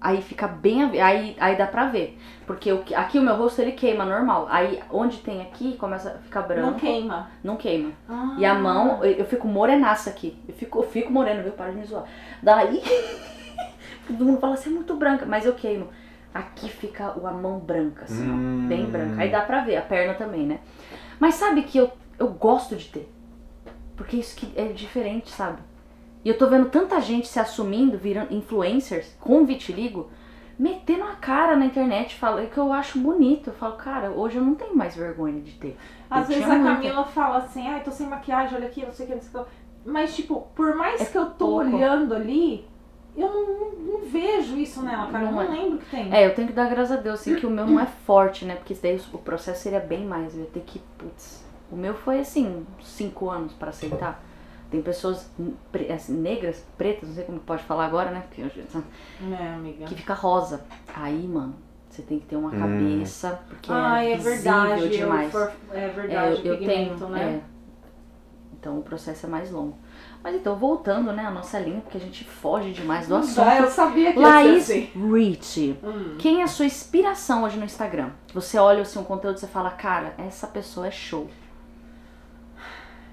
A: aí fica bem. a ver- Aí, aí dá pra ver. Porque o que- aqui o meu rosto ele queima normal. Aí onde tem aqui começa a ficar branco.
B: Não queima. Ah,
A: não queima. E a mão, eu, eu fico morenaça aqui. Eu fico, eu fico morena, viu? Para de me zoar. Daí. todo mundo fala, você é muito branca, mas eu queimo. Aqui fica o- a mão branca, assim, ó,
C: Hum.
A: bem branca. Aí dá pra ver, a perna também, né? Mas sabe que eu, eu gosto de ter. Porque isso que é diferente, sabe? E eu tô vendo tanta gente se assumindo, virando influencers com vitiligo, metendo a cara na internet, fala, que eu acho bonito. Eu falo, cara, hoje eu não tenho mais vergonha de ter.
B: Às
A: eu
B: vezes
A: tinha
B: a
A: muita.
B: Camila fala assim, ai, tô sem maquiagem, olha aqui, não sei o que, não sei o que. Mas, tipo, por mais
A: É
B: que eu tô
A: pouco.
B: olhando ali, Eu não, não- não vejo isso nela, cara. Eu
A: Não
B: não
A: é.
B: lembro que tem.
A: É, eu tenho que dar graças a Deus, assim, que o meu não é forte, né? Porque isso daí o processo seria bem mais. Eu ia ter que, putz. O meu foi assim, cinco anos pra aceitar. Tem pessoas hum, pre- assim, negras, pretas, não sei como pode falar agora, né? Porque eu já-
B: Né, amiga?
A: que fica rosa. Aí, mano, você tem que ter uma
C: Hum.
A: cabeça, porque
B: Ai,
A: é,
B: é
A: visível
B: verdade. eu
A: demais.
B: for- É
A: É,
B: verdade,
A: eu, eu
B: pigmento,
A: tenho,
B: né?
A: é. Então o processo é mais longo. Mas então, voltando, né, à nossa linha, porque a gente foge demais do assunto.
B: Ah, eu sabia que ia
A: Laís
B: ser assim.
A: Rich,
B: Hum.
A: quem é a sua inspiração hoje no Instagram? Você olha assim, um conteúdo e você fala, cara, essa pessoa é show.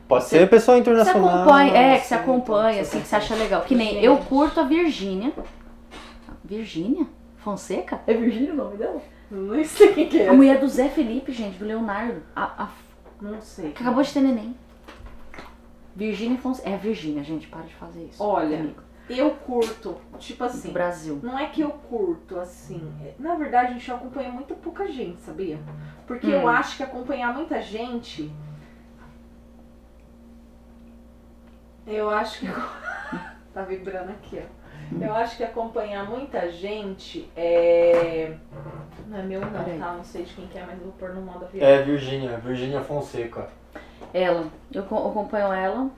C: Pode ser pessoal
A: Que você
C: internacional.
A: acompanha, é, que
C: assim,
A: você acompanha, assim, que você acha legal. Que nem eu curto a Virgínia. Virgínia? Fonseca? É Virgínia o nome dela?
B: Não sei quem que é.
A: A mulher do Zé Felipe, gente, do Leonardo. A, a
B: Não sei.
A: que acabou de ter neném. Virgínia Fonseca. É a Virgínia, gente, para de fazer isso.
B: Olha,
A: comigo.
B: Eu curto, tipo assim.
A: do Brasil.
B: Não é que eu curto, assim. é- Na verdade, gente, eu acompanho muito pouca gente, sabia? Porque eu
A: Hum.
B: acho que acompanhar muita gente. Eu acho que. tá vibrando aqui, ó. Eu acho que acompanhar muita gente é. Não é meu não,
A: Peraí.
B: tá? Não sei de quem que é, mas eu vou pôr no modo avião.
C: É, Virgínia, Virgínia Fonseca.
A: Ela, eu co- acompanho ela.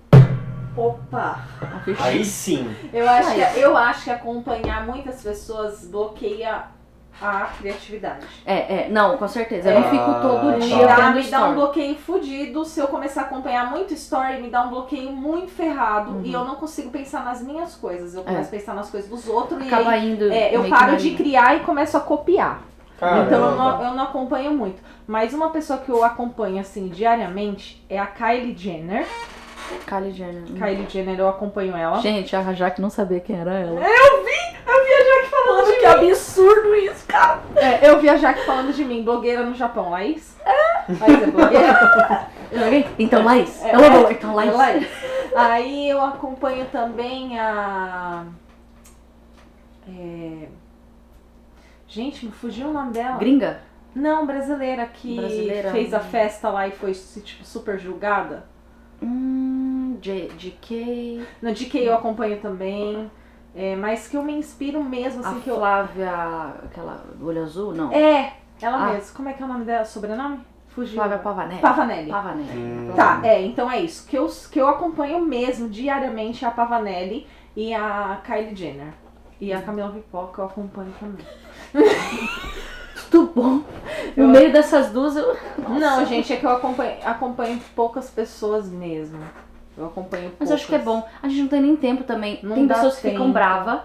B: Opa!
A: A Virgínia.
C: Aí sim.
B: Eu acho, que, é,
A: Mas-
B: eu acho que acompanhar muitas pessoas bloqueia a criatividade.
A: É, é, não, com certeza. Eu não
C: Ah,
A: fico todo
C: tá.
A: dia
B: Dá,
A: vendo
B: me dá um
A: story.
B: bloqueio fudido. Se eu começar a acompanhar muito story, me dá um bloqueio muito ferrado.
A: Uhum. É.
B: E eu não consigo pensar nas minhas coisas. Eu começo a pensar nas coisas dos outros
A: Acaba
B: e aí,
A: indo.
B: é, eu
A: meio que
B: paro
A: na
B: de
A: linha.
B: criar e começo a copiar.
C: Caramba.
B: Então eu não, eu não acompanho muito. Mas uma pessoa que eu acompanho assim diariamente é a Kylie Jenner.
A: Kylie Jenner. Hum.
B: Kylie Jenner, eu acompanho ela.
A: Gente, a Jaque não sabia quem era ela.
B: Falando É, que absurdo isso, cara! É, eu vi a Jaque falando de mim, blogueira no Japão, Laís? Laís é blogueira?
A: Então, Laís.
B: É,
A: ela falou, então, Laís.
B: Laís. Aí eu acompanho também a. é, Gente, me fugiu o nome dela.
A: Gringa?
B: Não, brasileira que
A: Brasileira.
B: fez a festa lá e foi tipo, super julgada.
A: Hum. J- JK.
B: No DK eu acompanho também. é, mas que eu me inspiro mesmo, assim,
A: a
B: que eu.
A: Flávia. Aquela do olho azul? Não.
B: É, ela
A: Ah.
B: mesma. Como é que é o nome dela? Sobrenome? Fugiu.
A: Flávia Pavanelli.
B: Pavanelli.
A: Pavanelli.
C: Hum.
B: Tá, é, então é isso. Que eu, que eu acompanho mesmo diariamente a Pavanelli e a Kylie Jenner. E a Camila Pipoca eu acompanho também.
A: Tudo bom. No
B: Eu-
A: meio dessas duas, eu.
B: Não, gente, é que eu acompanho, acompanho poucas pessoas mesmo. Eu acompanho poucas.
A: Mas eu acho que é bom. A gente não tem nem tempo também.
B: Não
A: tem
B: dá
A: pessoas que ficam
B: tempo.
A: bravas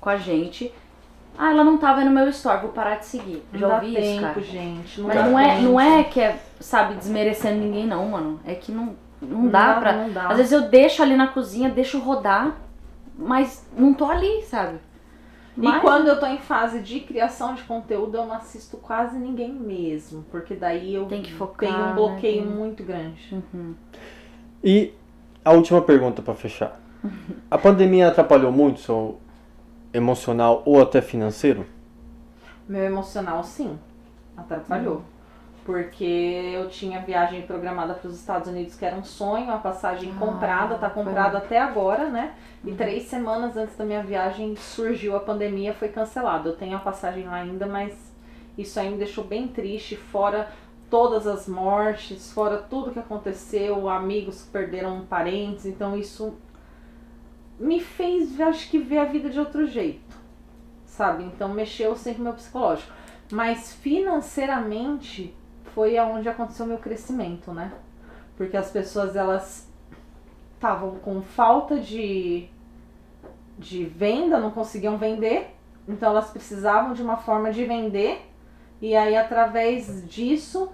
A: com a gente. Ah, ela não tava no meu store, vou parar de seguir.
B: Não
A: Já
B: dá
A: ouvi
B: tempo,
A: isso, cara.
B: gente.
A: Mas
B: dá
A: não é,
B: tempo.
A: não é que é, sabe, desmerecendo ninguém, não, mano. É que não, não, dá, pra.
B: Não dá.
A: Às vezes eu deixo ali na cozinha, deixo rodar, mas não tô ali, sabe?
B: E
A: Mas-
B: quando eu tô em fase de criação de conteúdo, eu não assisto quase ninguém mesmo. Porque daí eu
A: Tem que focar,
B: tenho um
A: né?
B: bloqueio
A: Tem-
B: muito grande.
C: E a última pergunta pra fechar. A pandemia atrapalhou muito seu emocional ou até financeiro?
B: Meu emocional, sim, atrapalhou. Porque eu tinha viagem programada para os Estados Unidos, que era um sonho, a passagem
A: Ah,
B: comprada, tá
A: foi. Uhum.
B: comprada até agora, né? E três semanas antes da minha viagem surgiu a pandemia, foi cancelado. Eu tenho a passagem lá ainda, mas isso aí me deixou bem triste, fora todas as mortes, fora tudo que aconteceu, amigos que perderam parentes, então isso me fez, acho que, ver a vida de outro jeito, sabe? Então mexeu sempre meu psicológico. Mas financeiramente foi aonde aconteceu meu crescimento, né? Porque as pessoas elas estavam com falta de de venda, não conseguiam vender, então elas precisavam de uma forma de vender e aí através disso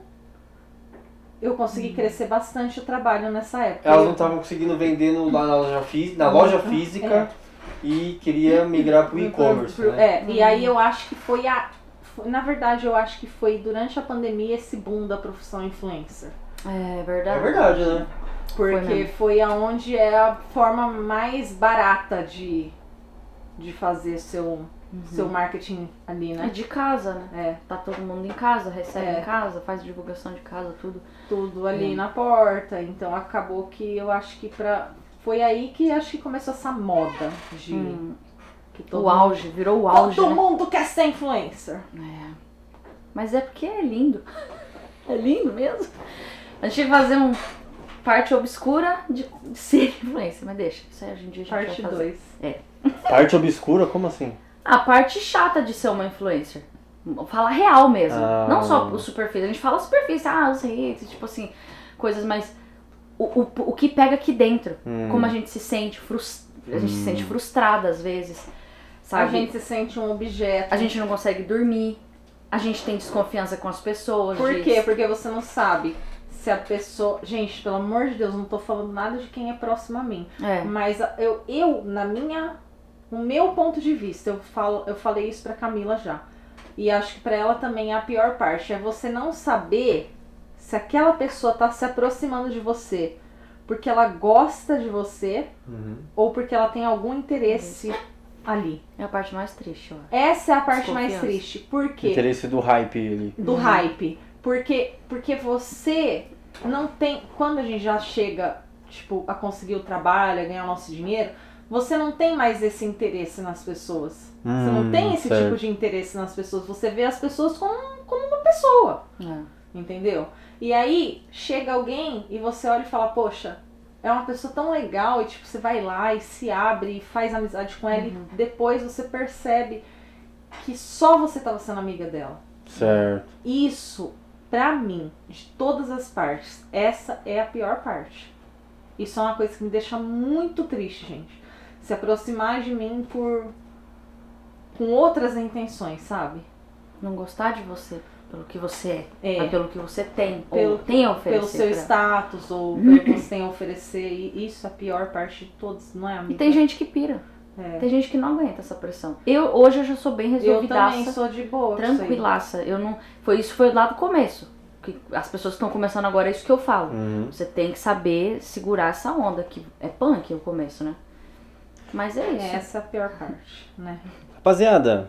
B: eu consegui crescer bastante o trabalho nessa época.
C: Elas
B: Eu-
C: não estavam conseguindo vender no- lá na loja, fí- na loja física e queria migrar pro e-commerce,
B: Pro-
C: né?
B: É, e
A: Uhum.
B: aí eu acho que foi a. foi- Na verdade, eu acho que foi durante a pandemia esse boom da profissão influencer.
A: É verdade.
C: É verdade, né?
B: Porque foi,
A: mesmo.
B: aonde é a forma mais barata de, de fazer seu,
A: Uhum.
B: seu marketing ali,
A: E
B: né?
A: de casa, né?
B: É,
A: Tá todo mundo em casa, recebe
B: É.
A: em casa, faz divulgação de casa, tudo.
B: tudo ali
A: É.
B: na porta. Então acabou que eu acho que pra. Foi aí que acho que começou essa moda de,
A: Hum, Que o auge, virou o auge.
B: Todo
A: né?
B: mundo quer ser influencer.
A: É. Mas é porque é lindo. É lindo mesmo. A gente vai fazer um parte obscura de, de ser influencer, mas deixa. Isso aí a gente já
B: Parte 2.
C: Parte obscura? Como assim?
A: A parte chata de ser uma influencer. Falar real mesmo.
C: Ah.
A: Não só o superfície. A gente fala superfície, ah, os hates, tipo assim, coisas, mas o, o, o que pega aqui dentro.
C: Hum.
B: é
A: Como a gente se sente frus- A gente se sente frustrada às vezes. Sabe?
B: A gente se sente um objeto.
A: A gente não consegue dormir. A gente tem desconfiança com as pessoas.
B: Por
A: de-
B: quê? Porque você não sabe se a pessoa. Gente, pelo amor de Deus, não tô falando nada de quem é próximo a mim.
A: É.
B: Mas eu, eu na minha. No meu ponto de vista, eu, falo, eu falei isso pra Camila já. E acho que pra ela também é a pior parte. É você não saber se aquela pessoa tá se aproximando de você porque ela gosta de você
C: Uhum.
B: ou porque ela tem algum interesse ali.
A: É a parte mais triste, eu acho.
B: Essa é a parte mais
A: Desconfiança.
B: triste. Por quê?
C: Interesse do hype ele.
B: do
A: Uhum.
B: hype. Porque, porque você não tem. Quando a gente já chega, tipo, a conseguir o trabalho, a ganhar o nosso dinheiro, você não tem mais esse interesse nas pessoas. Você
C: Hum,
B: não tem esse tipo de interesse nas pessoas. Você vê as pessoas como, como uma pessoa,
A: É.
B: entendeu? E aí chega alguém e você olha e fala, poxa. É uma pessoa tão legal e tipo, você vai lá e se abre e faz amizade com ela e depois você percebe que só você tava sendo amiga dela.
C: Certo.
B: Isso, pra mim, de todas as partes, essa é a pior parte. Isso é uma coisa que me deixa muito triste, gente. Se aproximar de mim por. com outras intenções, sabe?
A: Não gostar de você pelo que você é,
B: É.
A: mas pelo que você tem.
B: Pelo-
A: ou tem a oferecer.
B: Pelo seu
A: pra-
B: status ou pelo que você tem a oferecer. E isso é a pior parte de todos, não é,
A: E
B: amiga?
A: tem gente que pira.
B: É.
A: Tem gente que não aguenta essa pressão. Eu hoje eu já sou bem
B: Eu também
A: resolvidaça,
B: sou de boa. com isso aí.
A: tranquilaça. Eu não foi isso foi lá do começo. Que as pessoas que estão começando agora é isso que eu falo.
C: Uhum.
A: Você tem que saber segurar essa onda que é punk o começo, né? Mas é isso.
B: Essa é a pior parte, né?
C: Rapaziada,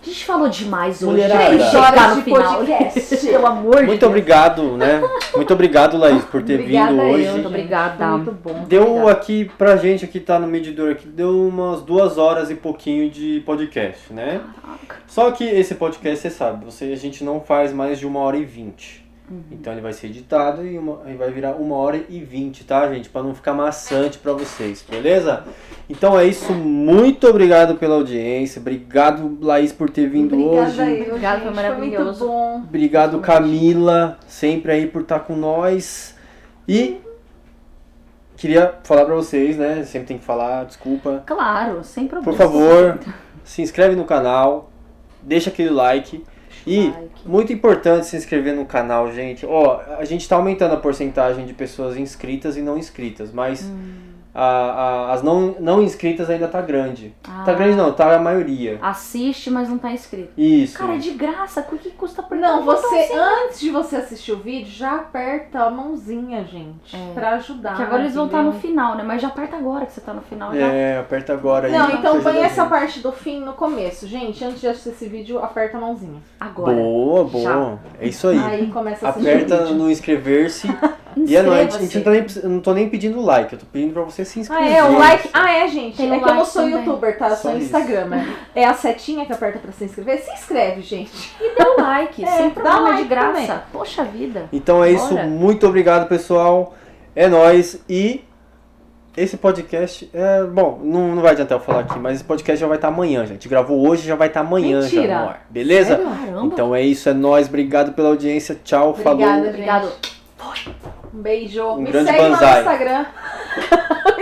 A: A gente falou demais hoje.
C: Mulherada.
A: Três
C: Três
A: horas
B: horas
A: no
B: de
A: final.
B: podcast.
A: Pelo amor de
C: muito
A: Deus.
C: obrigado, né? Muito obrigado, Laís, por ter vindo
B: Obrigada eu,
C: hoje.
A: Muito obrigada.
B: Muito bom.
C: Deu aqui pra gente aqui tá no medidor aqui, deu umas duas horas e pouquinho de podcast, né? Só que esse podcast, você sabe, você, a gente não faz mais de uma hora e vinte.
B: Uhum.
C: Então ele vai ser editado e, uma- e vai virar uma hora e vinte, tá, gente? Pra não ficar maçante pra vocês, beleza? Então é isso, muito obrigado pela audiência. Obrigado, Laís, por ter vindo
B: Obrigada
C: hoje.
B: eu,
A: Obrigada, foi
B: gente.
A: maravilhoso.
B: Foi muito bom.
C: Obrigado, Camila, sempre aí por estar com nós. E queria falar pra vocês, né? Sempre tem que falar, desculpa.
A: Claro, sem problema.
C: Por favor, se inscreve no canal, deixa aquele like. E
A: Like.
C: muito importante se inscrever no canal, gente. Ó, a gente tá aumentando a porcentagem de pessoas inscritas e não inscritas, mas
B: Hum.
C: a- a- as não, não inscritas ainda tá grande. Tá
A: Ah,
C: grande não, tá a maioria.
A: Assiste, mas não tá inscrito.
C: Isso.
A: Cara, é de graça. O que custa por tá
B: Não, você
A: assim.
B: antes de você assistir o vídeo, já aperta a mãozinha, gente,
A: É.
B: pra ajudar.
A: Que agora eles vão estar no
B: Ah, entendeu?
A: final, né? Mas já aperta agora que você tá no final. Já.
C: É, aperta agora aí.
B: Não,
C: que
B: então
C: ajuda
B: põe
C: a
B: essa
C: gente.
B: parte do fim no começo, gente. Antes de assistir esse vídeo, aperta a mãozinha.
A: Agora.
C: Boa, boa. É isso aí.
B: Aí começa a assistir o
C: Aperta
B: vídeo.
C: no inscrever-se. e é nóis. A gente
A: Inscreva-se.
C: não tá, nem, eu não tô nem pedindo like, eu tô pedindo pra você se
B: Ah,
C: inscrever.
B: é, o like. Ah, é, gente.
A: Tem
B: é
A: o
B: que eu não
A: like
B: sou
A: também.
B: youtuber, tá? Eu
C: Só
B: sou
C: isso.
B: Instagramer. É a setinha que aperta pra se inscrever? Se inscreve, gente.
A: E dá o like.
B: É,
A: sem
B: dá
A: problema,
B: like
A: de graça.
B: também.
A: Poxa vida.
C: Então é isso.
A: Bora.
C: Muito obrigado, pessoal. É nóis. E esse podcast. É, bom, não, não vai adiantar eu falar aqui, mas esse podcast já vai estar amanhã, gente. Gravou hoje já vai estar amanhã
B: Mentira.
C: já no ar. Beleza?
A: Caramba.
C: Então é isso, é nóis. Obrigado pela audiência. Tchau, falou.
B: Obrigada,
A: Obrigado.
B: gente. Um beijo.
C: Um
B: Me
C: grande
B: segue lá
C: banzai.
B: no Instagram.